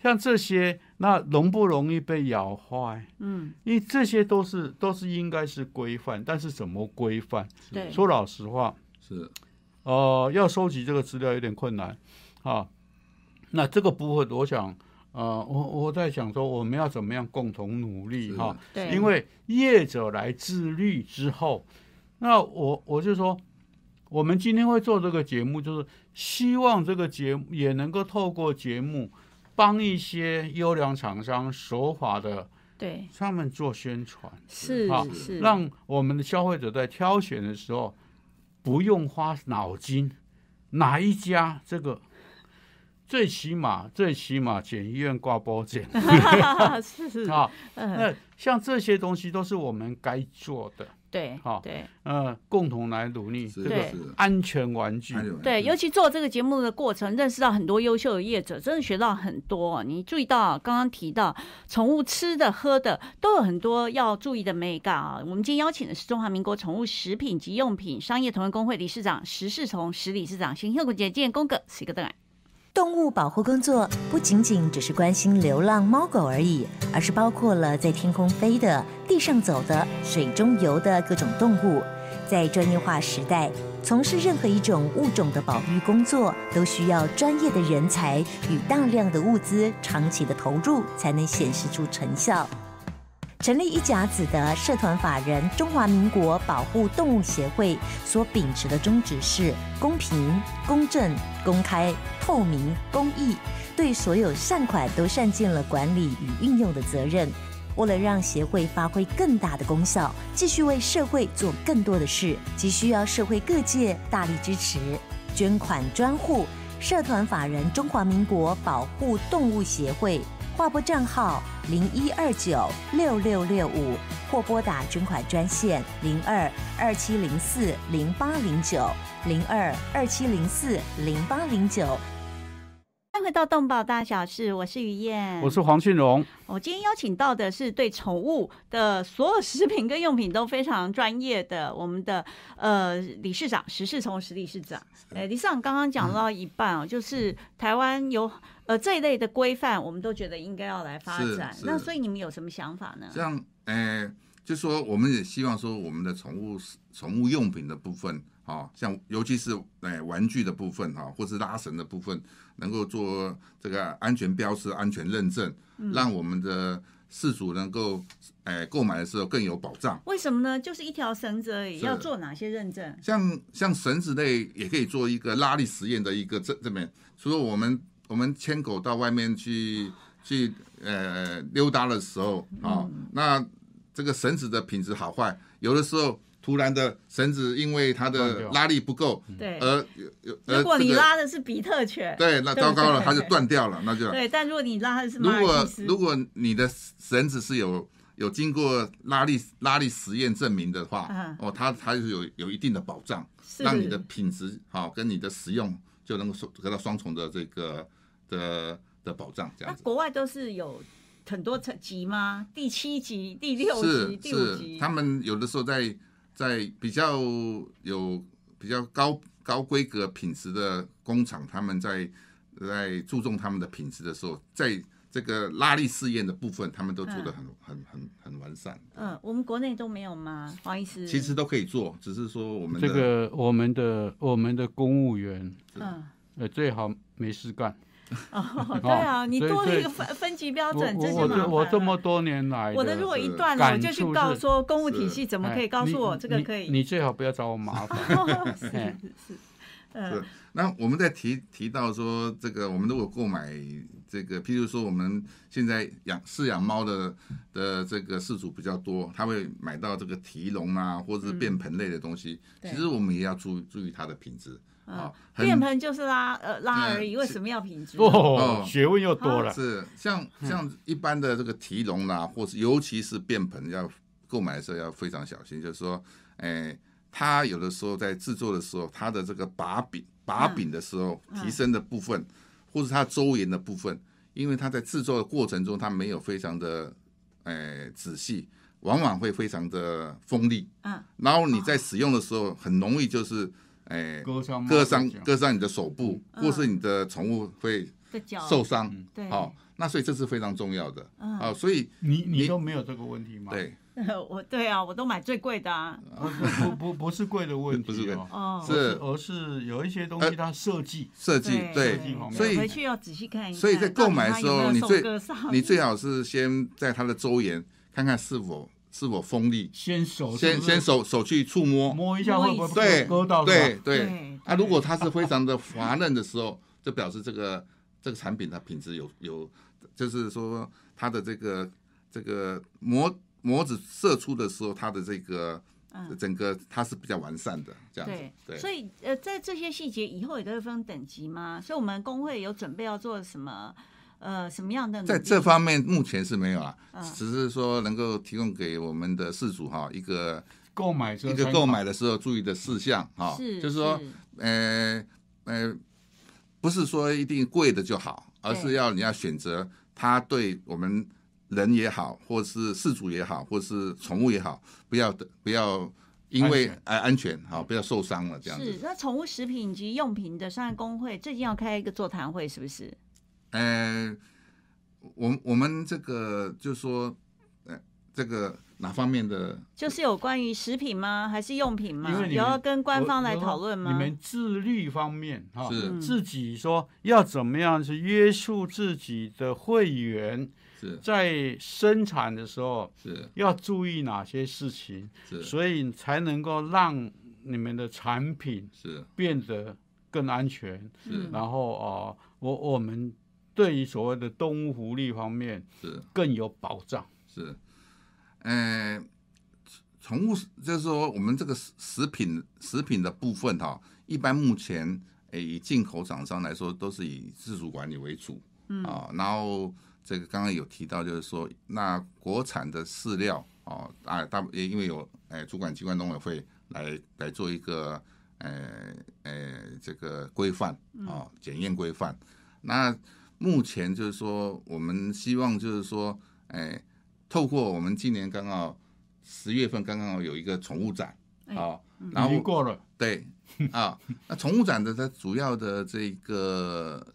S3: 像这些那容不容易被咬坏？
S2: 嗯，
S3: 因为这些都是都是应该是规范，但是怎么规范？
S2: 对，
S3: 说老实话，
S4: 是
S3: 呃，要收集这个资料有点困难啊。那这个部分，我想，呃，我我在想说，我们要怎么样共同努力
S4: 是
S3: 哈、
S2: 对，
S3: 因为业者来自律之后，那我我就说，我们今天会做这个节目，就是希望这个节目也能够透过节目，帮一些优良厂商守法的
S2: 对
S3: 他们做宣传。
S2: 是
S3: 好
S2: 是，
S3: 让我们的消费者在挑选的时候不用花脑筋，哪一家这个最起码最起码检医院挂包检
S2: *laughs*
S3: *laughs*
S2: 是，
S3: 啊，
S2: 嗯，
S3: 那像这些东西都是我们该做的，
S2: 对
S3: 好，
S2: 对
S3: 呃，共同来努力
S4: 是
S3: 这个
S2: 对
S4: 是
S3: 安全玩具
S4: 安。全
S2: 对，尤
S4: 玩具
S2: 其做这个节目的过程，认识到很多优秀的业者，真的学到很多。你注意到刚刚提到宠物吃的喝的都有很多要注意的 mega 啊。我们今天邀请的是中华民国宠物食品及用品商业同业工会理事长石世从石理事长，行，谢姐见功哥，是个邓
S5: 动物保护工作不仅仅只是关心流浪猫狗而已，而是包括了在天空飞的、地上走的、水中游的各种动物。在专业化时代，从事任何一种物种的保育工作，都需要专业的人才与大量的物资长期的投入，才能显示出成效。成立一甲子的社团法人中华民国保护动物协会所秉持的宗旨是公平、公正、公开、透明、公益，对所有善款都善尽了管理与运用的责任。为了让协会发挥更大的功效，继续为社会做更多的事，急需要社会各界大力支持，捐款专户。社团法人中华民国保护动物协会，划拨账号零一二九六六六五，或拨打捐款专线零二二七零四零八零九零二二七零四零八零九。
S2: 欢迎回到动保大小事，我是于燕，
S3: 我是黄庆荣，
S2: 我哦今天邀请到的是对宠物的所有食品跟用品都非常专业的我们的呃理事长石世从石理事长。呃，理事长刚刚
S4: 嗯
S2: 讲到一半哦，就是台湾有呃这一类的规范，我们都觉得应该要来发
S4: 是
S2: 展。
S4: 是
S2: 那所以你们有什么想法呢？
S4: 这样，呃，就说我们也希望说我们的宠物宠物用品的部分，啊，像尤其是呃玩具的部分哈、啊，或是拉绳的部分，能够做这个安全标识、安全认证，
S2: 嗯
S4: 让我们的饲主能够，呃，购买的时候更有保障。
S2: 为什么呢？就是一条绳子而已，
S4: 是嗯
S2: 要做哪些认证？
S4: 像像绳子类也可以做一个拉力实验的一个这这边，除了我们我们牵狗到外面去去呃溜达的时候啊、
S2: 嗯
S4: 那这个绳子的品质好坏，有的时候突然的绳子因为它
S3: 断掉
S4: 的拉力不够，
S2: 对，
S4: 而有有
S2: 嗯如
S4: 呃
S2: 果你
S4: 这个
S2: 拉的是比特犬，
S4: 对那
S2: 对
S4: 糟糕了，
S2: 对
S4: 它就
S2: 对
S4: 断掉了，那就
S2: 对，但如果你拉的是
S4: 如
S2: 马尔
S4: 果
S2: 济斯，
S4: 如果你的绳子是有有经过拉力拉力实验证明的话，
S2: 嗯
S4: 哦，它它就有有一定的保障，
S2: 是
S4: 让你的品质好、跟你的使用就能够受得到双重的这个的的保障，这
S2: 那
S4: 样子。
S2: 国外都是有很多层集吗？第七集、第六集、
S4: 是
S2: 第五
S4: 是，
S2: 集，
S4: 他们有的时候在在比较有比较高高规格品质的工厂，他们在在注重他们的品质的时候，在这个拉力试验的部分，他们都做的很、很很很完善，
S2: 嗯，我们国内都没有吗？黄医师，
S4: 其实都可以做，只是说我们的
S3: 这个我们的我们的公务员，
S2: 嗯，
S3: 呃，最好没事干。
S4: *laughs*
S2: 哦，对啊，你
S3: 所以
S2: 多了一
S3: 所以
S2: 个分分级标
S3: 我
S2: 准，
S3: 我
S2: 这
S3: 我
S2: 就麻烦
S3: 这我这
S2: 了
S3: 么多年来
S2: 我的如果一
S4: 是
S2: 段了，我
S3: 感
S2: 就去
S3: 触
S2: 告
S3: 是
S2: 说公务体
S4: 是
S2: 系怎么
S3: 哎
S2: 可以告
S3: 你
S2: 诉我这个
S3: 你
S2: 可以？
S3: 你最好不要找我
S2: *laughs*
S3: 麻烦。
S2: 是
S3: 哎
S2: 是，呃
S4: 是，那我们在提提到说，这个我们如果购买这个，譬如说我们现在养饲养猫的的这个饲主比较多，他会买到这个提笼啊，或者是便盆类的东西。
S2: 对嗯
S4: 其实我们也要注意注意它的品质啊。很
S2: 便盆就是拉呃拉而已，
S4: 嗯
S2: 为什么要品质？
S3: *laughs* 哦
S4: 哦，
S3: 学问又多了。
S4: 是像像一般的这个提笼啦、或是尤其是便盆，要购买的时候要非常小心，就是说，哎，它有的时候在制作的时候，它的这个把柄把柄的时候提升的部分，或是它周沿的部分，因为它在制作的过程中，它没有非常的哎仔细，往往会非常的锋利，
S2: 嗯，
S4: 然后你在使用的时候，很容易就是哎。
S3: 割伤吗
S4: 割伤
S3: 这样
S4: 割伤你的手部，或是你的宠物会
S2: 这脚
S4: 受伤，
S2: 对，
S4: 好、那所以这是非常重要的。
S2: 嗯
S4: 好、所以
S3: 你你
S4: 你
S3: 都没有这个问题吗？， *laughs*
S4: 对，
S2: *laughs* 我对啊，我都买最贵的啊，
S3: 不是不不不是贵的问
S4: *laughs* 不是
S3: 题
S4: 贵
S3: 哦，
S2: 哦，
S4: 嗯是呃
S3: 而是有一些东西它设计
S4: 设计
S3: 设计
S4: 对，
S3: 方面
S4: 所以
S2: 回去要仔细看一看。
S4: 所以在购买的时候，你最你最
S2: 好
S4: 好是先在它的周沿看看是否是否锋利，
S3: 先手是
S4: 先
S3: 不是
S4: 先手手去触摸，
S3: 摸一下
S2: 摸
S3: 会
S2: 一
S3: 不会
S2: 下
S4: 对
S3: 割到是吧
S4: 对
S2: 对
S4: 对。啊，如果它是非常的滑嫩的时候，就表示这个这个产品它品质有有，就是说它的这个这个模模子射出的时候，它的这个
S2: 嗯
S4: 整个它是比较完善的这样子
S2: 对。，
S4: 对，
S2: 所以呃，在这些细节以后也都会分等级吗？所以我们工会有准备要做什么呃什么样的努力？
S4: 在这方面目前是没有啊
S2: 嗯，
S4: 只是说能够提供给我们的事主哈一个
S3: 购买这
S4: 一个购买的时候注意的事项哈，
S2: 是
S4: 就是说呃呃，不是说一定贵的就好，而
S2: 对
S4: 是要你要选择它对我们人也好，或是事主也好，或是宠物也好，不要的不要因为
S3: 安全
S4: 呃安全好不要受伤了这样
S2: 是
S4: 子。
S2: 那宠物食品及用品的商业工会最近要开一个座谈会，是不是？
S4: 呃，我们我们这个就说呃这个哪方面的
S2: 就是有关于食品吗？还是用品吗？
S3: 因为你们
S2: 有要跟官方来
S3: 我
S2: 讨论吗？
S3: 你们自律方面哈，
S4: 是嗯
S3: 自己说要怎么样去约束自己的会员，
S4: 是
S3: 在生产的时候
S4: 是
S3: 要注意哪些事情，
S4: 是
S3: 所以才能够让你们的产品
S4: 是
S3: 变得更安全。
S4: 是
S3: 然后啊、呃我我们对于所谓的动物福利方面
S4: 是
S3: 更有保障。
S4: 是，呃，宠物就是说我们这个食食品食品的部分哈、一般目前诶以进口厂商来说，都是以自主管理为主，嗯啊，然后这个刚刚有提到，就是说那国产的饲料哦啊，大也因为有诶、主管机关农委会来来做一个呃呃这个规范啊检验规范，那目前就是说我们希望就是说诶。透过我们今年刚好十月份刚刚好有一个宠物展
S2: 哎
S4: 啊，然
S3: 已经
S4: 后
S3: 过了，
S4: 对啊，那宠物展的它主要的这个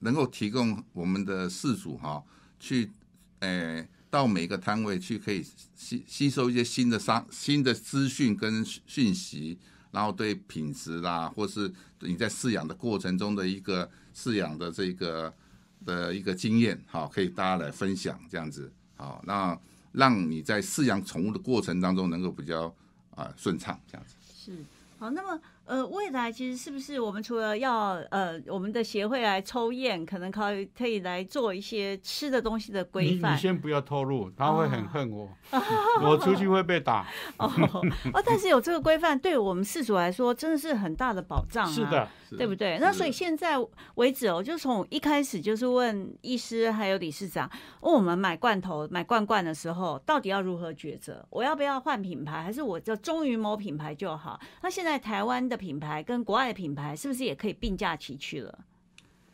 S4: 能够提供我们的饲主哈、去诶到每个摊位去可以吸吸收一些新的商新的资讯跟讯讯息，然后对品质啦，或是你在饲养的过程中的一个饲养的这个的一个经验，好，可以大家来分享这样子，好，那让你在饲养宠物的过程当中能够比较啊、顺畅这样子。
S2: 是好，那么呃，未来其实是不是我们除了要呃我们的协会来抽验，可能考虑可以来做一些吃的东西的规
S3: 你你
S2: 范
S3: 先不要透露，他会很恨我，嗯我出去会
S2: *laughs*
S3: 被打。
S2: 哦哦，但是有这个规范，对我们饲主来说真的是很大的保障、啊。
S3: 是的，，
S2: 对不对？那所以
S4: 嗯
S2: 现在为止哦，就从一开始就是问医师还有理事长，问我们买罐头、买罐罐的时候，到底要如何抉择？我要不要换品牌，还是我就忠于某品牌就好？那现在台湾的品牌跟国外的品牌是不是也可以并驾齐驱了？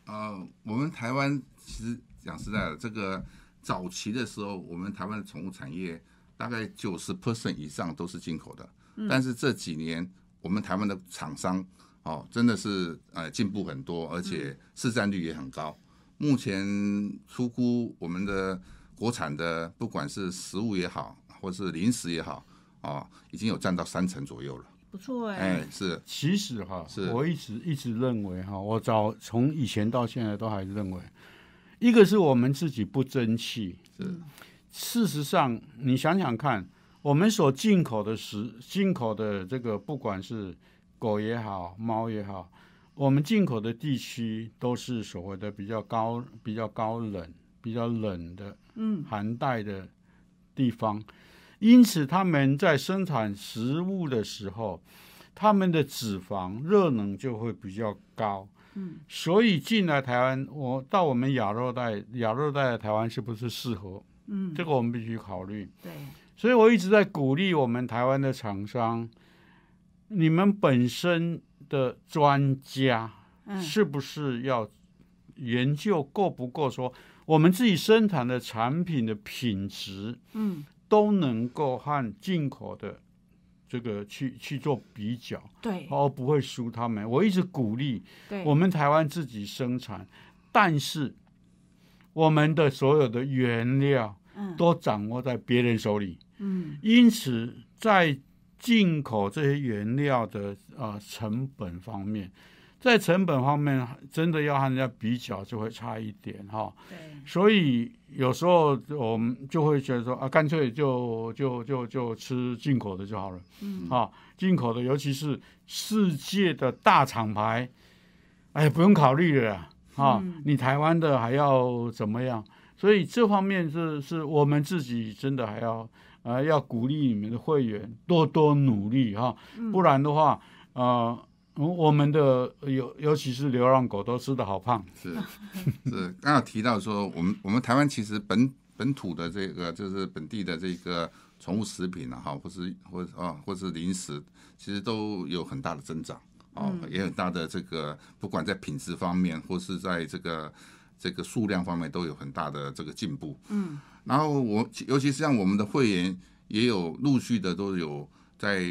S4: 呃，我们台湾其实讲实在的，这个早期的时候，我们台湾的宠物产业大概九十 percent 以上都是进口的，但是这几年我们台湾的厂商哦，真的是呃进步很多，而且市占率也很高。目前出估我们的国产的，不管是食物也好，或是零食也好，哦，已经有占到三成左右了。
S2: 不错哎
S4: 哎，，是
S3: 其实哈
S4: 是，
S3: 我一直一直认为哈，我早从以前到现在都还认为，一个是我们自己不争气，
S4: 是
S3: 事实上，你想想看，我们所进口的食、进口的这个，不管是狗也好、猫也好，我们进口的地区都是所谓的比较高、比较高冷、比较冷的，嗯，寒带的地方。因此，他们在生产食物的时候，他们的脂肪热能就会比较高。嗯，所以进来台湾，我到我们亚热带，亚热带的台湾是不是适合？
S2: 嗯，
S3: 这个我们必须考虑。
S2: 对，
S3: 所以我一直在鼓励我们台湾的厂商，你们本身的专家
S2: 嗯，
S3: 是不是要研究够不够说我们自己生产的产品的品质，
S2: 嗯，
S3: 都能够和进口的这个去去做比较，
S2: 对，
S3: 而哦不会输他们。我一直鼓励，
S2: 对，
S3: 我们台湾自己生产，但是我们的所有的原料
S2: 嗯
S3: 都掌握在别人手里，
S2: 嗯
S3: 因此在进口这些原料的呃成本方面，在成本方面真的要和人家比较就会差一点哈、
S2: 对，
S3: 所以有时候我们就会觉得说啊，干脆就就就就吃进口的就好了。嗯，啊，进口的，尤其是世界的大厂牌，哎，不用考虑了啦啊，你台湾的还要怎么样？所以这方面是是我们自己真的还要呃要鼓励你们的会员多多努力哈、不然的话呃我们的尤尤其是流浪狗都吃的好胖，
S4: 是 *laughs* 是，刚好提到说，我们我们台湾其实本本土的这个就是本地的这个宠物食品啊，哈，或是或啊，或是零食，其实都有很大的增长哦，
S2: 嗯
S4: 也有很大的这个，不管在品质方面，或是在这个这个数量方面，都有很大的这个进步。
S2: 嗯，
S4: 然后我尤其是像我们的会员，也有陆续的都有在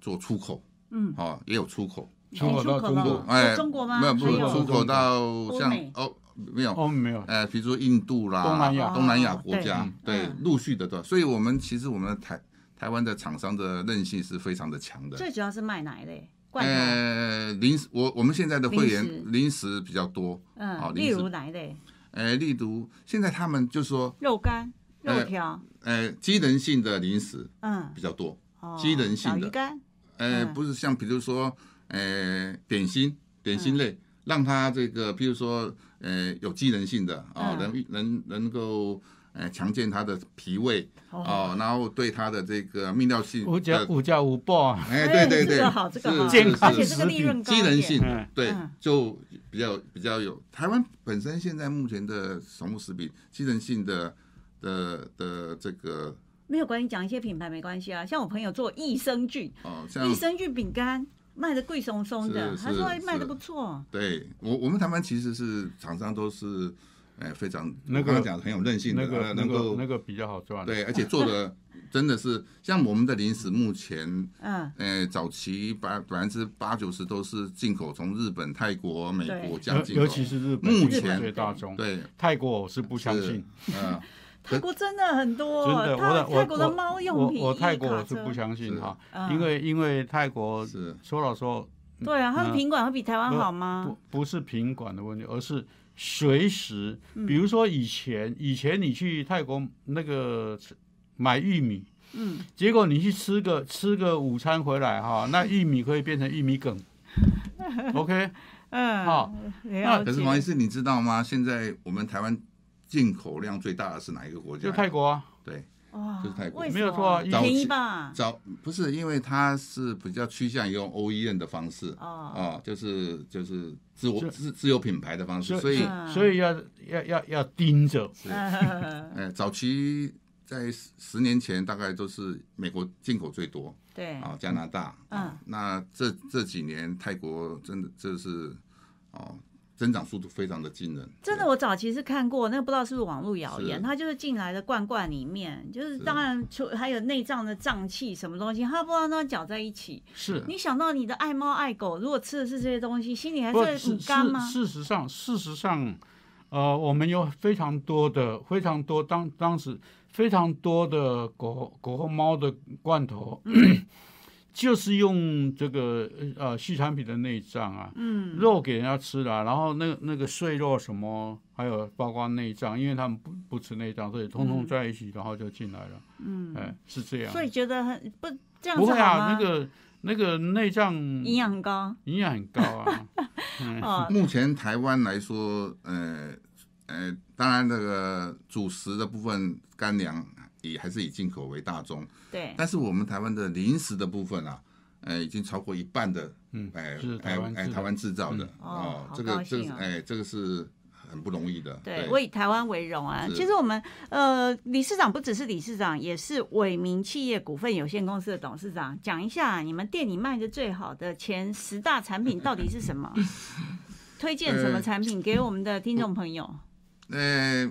S4: 做出口，
S2: 嗯，
S4: 哦，也有出口，
S3: 出口到中
S2: 出口
S3: 国
S2: 了。
S4: 哎，
S2: 中国吗
S4: 没有，不
S2: 还
S4: 是
S2: 有
S4: 出口到像
S2: 美
S4: 哦，没有，
S3: 哦，没有，
S4: 呃，比如说印度啦、
S3: 东南亚
S4: 东南亚
S2: 哦
S4: 国家，
S2: 对
S4: 对
S2: 嗯，
S4: 陆续的对，所以我们其实我们台台湾的厂商的韧性是非常的强的。
S2: 最主要是卖奶类罐头，
S4: 呃，零食，我我们现在的会
S2: 零食
S4: 员零食比较多，好
S2: 嗯，
S4: 零
S2: 例
S4: 食
S2: 如奶类、
S4: 呃，例如现在他们就说，
S2: 肉干、肉
S4: 呃
S2: 条，
S4: 呃，机能性的零食
S2: 嗯，
S4: 比较多，
S2: 哦
S4: 机能性
S2: 小
S4: 的
S2: 鱼干，
S4: 呃，
S2: 嗯
S4: 不是像比如说，呃，点心点
S2: 嗯
S4: 心类，让它这个，譬如说，呃，有机能性的啊、
S2: 嗯
S4: 能能能够。呃，强健它的脾胃哦，然后对它的这个泌尿系，
S3: 五加
S4: 呃
S3: 五加五报啊，
S4: 哎，
S2: 哎
S4: 对对对，
S2: 这个好，这个好，
S4: 是
S3: 健康
S2: 而且
S4: 是
S2: 这个利润高一
S4: 机
S2: 点，
S4: 能性
S3: 嗯
S4: 对
S2: 嗯，
S4: 就比较比较有。台湾本身现在目前的宠物食品机能性的的的这个
S2: 没有关系，讲一些品牌没关系啊。像我朋友做益生菌，
S4: 哦，像
S2: 益生菌饼干卖的贵松松的，
S4: 是
S2: 他说
S4: 是
S2: 哎卖的
S4: 是
S2: 不错，
S4: 对我，我们台湾其实是厂商都是，哎、非常
S3: 那个
S4: 我刚刚讲的很有韧性的，
S3: 那
S4: 呃
S3: 个那
S4: 能
S3: 个
S4: 够、
S3: 那个比较好赚。，啊
S4: 对，而且做的真的是像我们的零食，目前，
S2: 嗯，
S4: 呃，早期百百分之八九十都是进口，从日本、泰国、美
S2: 对
S4: 国这样进口，
S3: 尤其是日本，
S4: 哦目
S3: 日本
S4: 前
S3: 最大宗。
S4: 对，
S3: 泰国我是不相信，
S4: 是，
S2: *laughs*
S4: 嗯、
S2: 泰国真的很多，
S3: 真的，
S2: 泰
S3: 我的我
S2: 泰国的猫用品，
S3: 我我泰国
S2: 一卡
S3: 我是
S2: 车
S3: 不相信哈，
S2: 嗯
S3: 因为因为泰国
S4: 是
S3: 说老实说
S2: 对啊，它的
S3: 嗯
S2: 品管会比台湾好吗
S3: 不？不是品管的问题，而是随时，
S2: 嗯
S3: 比如说以前以前你去泰国那个吃买玉米，
S2: 嗯，
S3: 结果你去吃个吃个午餐回来哈，那玉米可以变成玉
S2: *laughs*
S3: 米梗，OK，
S2: 嗯，
S3: 好
S2: 了解，
S4: 啊可是王医师，你知道吗？现在我们台湾进口量最大的是哪一个国
S3: 就
S4: 家？
S3: 泰国啊。
S4: 对，
S2: 哇，
S4: 就是泰国
S2: 为什
S3: 没有
S2: 么
S3: 错啊
S4: 早
S2: 便宜
S4: 期
S2: 吧？
S4: 早不是因为它是比较趋向于用 OEM 的方式
S2: 哦，
S4: 哦，就是就是自我
S3: 是
S4: 自自有品牌的方式，所
S3: 所
S4: 以
S3: 以
S2: 嗯
S3: 所以要要要要盯着，
S2: 嗯
S4: 呃，早期在十十年前大概都是美国进口最多
S2: *laughs* 对，
S4: 啊，加拿大
S2: 嗯
S4: 啊，那这这几年泰国真的这是哦增长速度非常的惊人。
S2: 真的，我早期是看过，那个不知道是不是网络谣言，
S4: 是
S2: 它就是进来的罐罐里面，就是
S4: 是
S2: 当然除还有内脏的脏器什么东西，它不知道那搅在一起。
S3: 是。
S2: 你想到你的爱猫爱狗，如果吃的是这些东西，心里还
S3: 不
S2: 是
S3: 事
S2: 很干吗？
S3: 事事实上，事实上，呃，我们有非常多的、非常多当当时非常多的狗狗和猫的罐头，
S2: 嗯
S3: *coughs* 就是用这个呃畜产品的内脏啊，嗯，肉给人家吃了、然后那个那个碎肉什么，还有包括内脏，因为他们不不吃内脏，所以通通在一起，然后就进来了，嗯，哎，是这样，
S2: 嗯所以觉得很不这样
S3: 不
S2: 子
S3: 会
S2: 好
S3: 啊，
S2: 吗？
S3: 那个那个内脏
S2: 营养很高
S3: 营养很高
S2: *laughs*
S3: 啊。
S2: 哦，
S4: 目前台湾来说，呃呃，当然那个主食的部分干粮也还是以进口为大宗，
S2: 对，
S4: 但是我们台湾的零食的部分啊，呃，已经超过一半的，
S3: 嗯
S4: 哎、
S3: 是台
S4: 哎
S3: 湾
S4: 哎
S3: 制
S4: 台湾制造的、
S2: 嗯哦好
S4: 这个
S2: 高
S4: 这
S2: 兴
S4: 个是
S2: 哦
S4: 哎、这个是很不容易的，
S2: 对，我以台湾为荣啊！
S4: 是
S2: 其实我们呃，理事长不只是理事长，也是伟明企业股份有限公司的董事长。讲一下你们店里卖的最好的前十大产品到底是什 *laughs* 么？推荐什么
S4: 呃
S2: 产品给我们的听众朋友？
S4: 呃，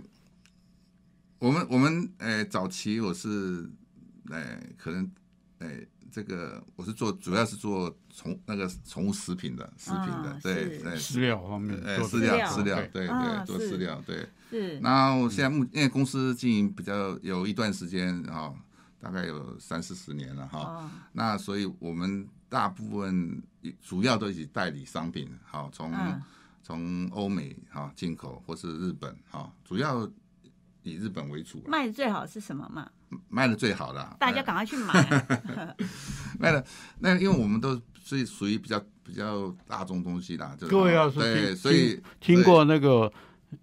S4: 我们我们呃，早期我是呃，可能呃，这个我是做主要是做宠那个宠物食品的食品的，
S2: 啊
S4: 对
S2: 是
S4: 对，
S3: 饲料方面，
S4: 呃
S3: 做
S4: 饲
S3: 的
S2: 料
S4: 料饲料，对嗯
S2: 啊
S4: 对，做
S2: 是
S4: 饲料对。
S2: 是
S4: 那我现在目因为公司经营比较有一段时间啊、大概有三四十年了哈、
S2: 哦，
S4: 那所以我们大部分主要都以代理商品，好、从。
S2: 嗯，
S4: 从欧美哈、进口或是日本哈、主要以日本为主、啊，
S2: 卖的最好是什么嘛？
S4: 卖的最好的，
S2: 大家赶快去买啊！ *laughs*
S4: 呃卖的那因为我们都是属于比较比较大众东西啦，就是
S3: 各位要是
S4: 对，
S3: 啊听
S4: 所以
S3: 听
S4: 对
S3: 过那个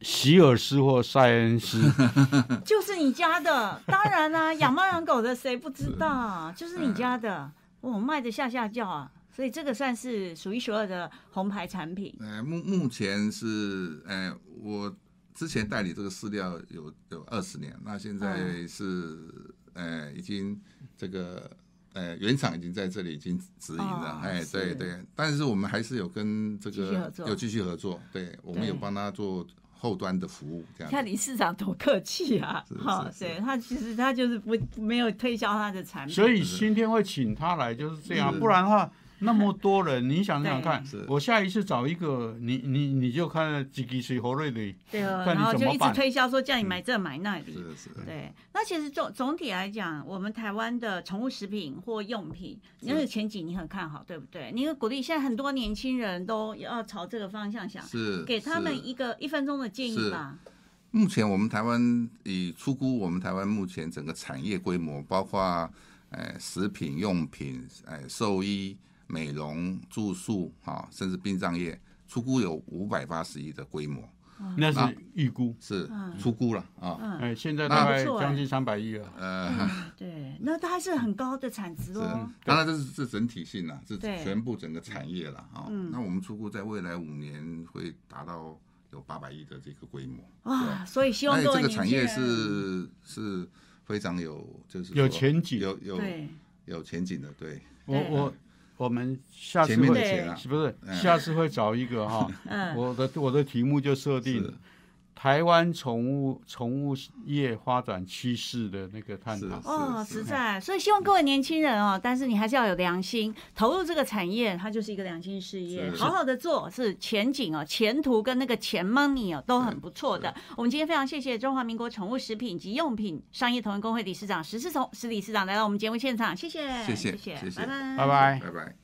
S3: 席尔斯或塞恩斯，
S4: *laughs*
S2: 就是你家的，当然 *laughs* 啦、养猫养狗的谁不知道啊？就是你家的，我、卖的下下叫啊！所以这个算是数一数二的红牌产品。
S4: 呃目目前是呃我之前代理这个饲料有有二十年，那现
S2: 嗯
S4: 在是、呃已经这个。呃，原厂已经在这里已经直营
S2: 哦，
S4: 了哎、
S2: 是
S4: 对对，但是我们还是有跟这
S2: 继续
S4: 个
S2: 合作
S4: 有继续合作，对我们
S2: 对
S4: 有帮他做后端的服务，这
S2: 你
S4: 样子。
S2: 看理事长多客气啊
S4: 是！
S2: 哈，
S4: 是
S2: 对
S4: 是
S2: 他其实他就是不没有推销他的产品，
S3: 所以今天会请他来就是这样，啊
S4: 是
S3: 不然的话那么多人，你想想看
S4: 对是，
S3: 我下一次找一个你你你就看几几谁活瑞的，
S2: 对啊，
S3: 看你
S2: 然后
S3: 怎
S2: 就
S3: 么
S2: 一直
S3: 办
S2: 推销说叫你买这买那里，
S4: 嗯是是，
S2: 对，那其实总总体来讲，我们台湾的宠物食品或用品，那是前几年很看好，对不对？你鼓励现在很多年轻人都要朝这个方向想，
S4: 是
S2: 给他
S4: 是
S2: 们一个一分钟的建议
S4: 是
S2: 吧。
S4: 目前我们台湾以出估我们台湾目前整个产业规模，包括呃食品用品、呃兽医、美容、住宿啊、甚至殡葬业，出估有五百八十亿的规模，
S2: 啊
S3: 那是预估，
S4: 是
S2: 嗯
S4: 出估了啊。
S3: 哎，现在大概
S2: 那不错哎
S3: 将近三百亿了。
S4: *laughs* 呃，
S2: 对，那它还是很高的产值
S4: 是
S2: 哦。
S4: 当然这是这整体性啦，是
S2: 对嗯
S4: 全部整个产业了啊。那我们出估在未来五年会达到有八百亿的这个规模。
S2: 哇，所以希望
S4: 那
S2: 各位
S4: 这个
S2: 年
S4: 产
S2: 轻
S4: 业
S2: 人
S4: 是是非常有就是
S3: 有
S4: 说
S3: 前景
S4: 有有
S2: 对
S4: 有前景的，对，
S3: 我
S2: 对
S3: 我我们下次
S4: 前面的
S3: 会
S4: 钱啊，
S3: 是不是下次会找一个
S4: *laughs*
S3: 哈？
S2: 嗯
S3: 我的我的题目就设定
S4: 是
S3: 台湾宠物宠物业发展趋势的那个探
S4: 是
S3: 讨。
S2: 哦，
S4: 是
S2: 实
S4: 是嗯
S2: 在，所以希望各位年轻人哦，但是你还是要有良心，投入这个产业，它就是一个良心事业，
S4: 是
S2: 好好的做是前景哦，前途跟那个钱 money 哦都很不错的。我们今天非常谢谢中华民国宠物食品及用品商业同仁工会理事长石世从石理事长来到我们节目现场，谢谢，
S4: 谢谢
S2: 谢
S4: 谢谢
S2: 拜拜，
S3: 拜拜。
S4: 拜拜。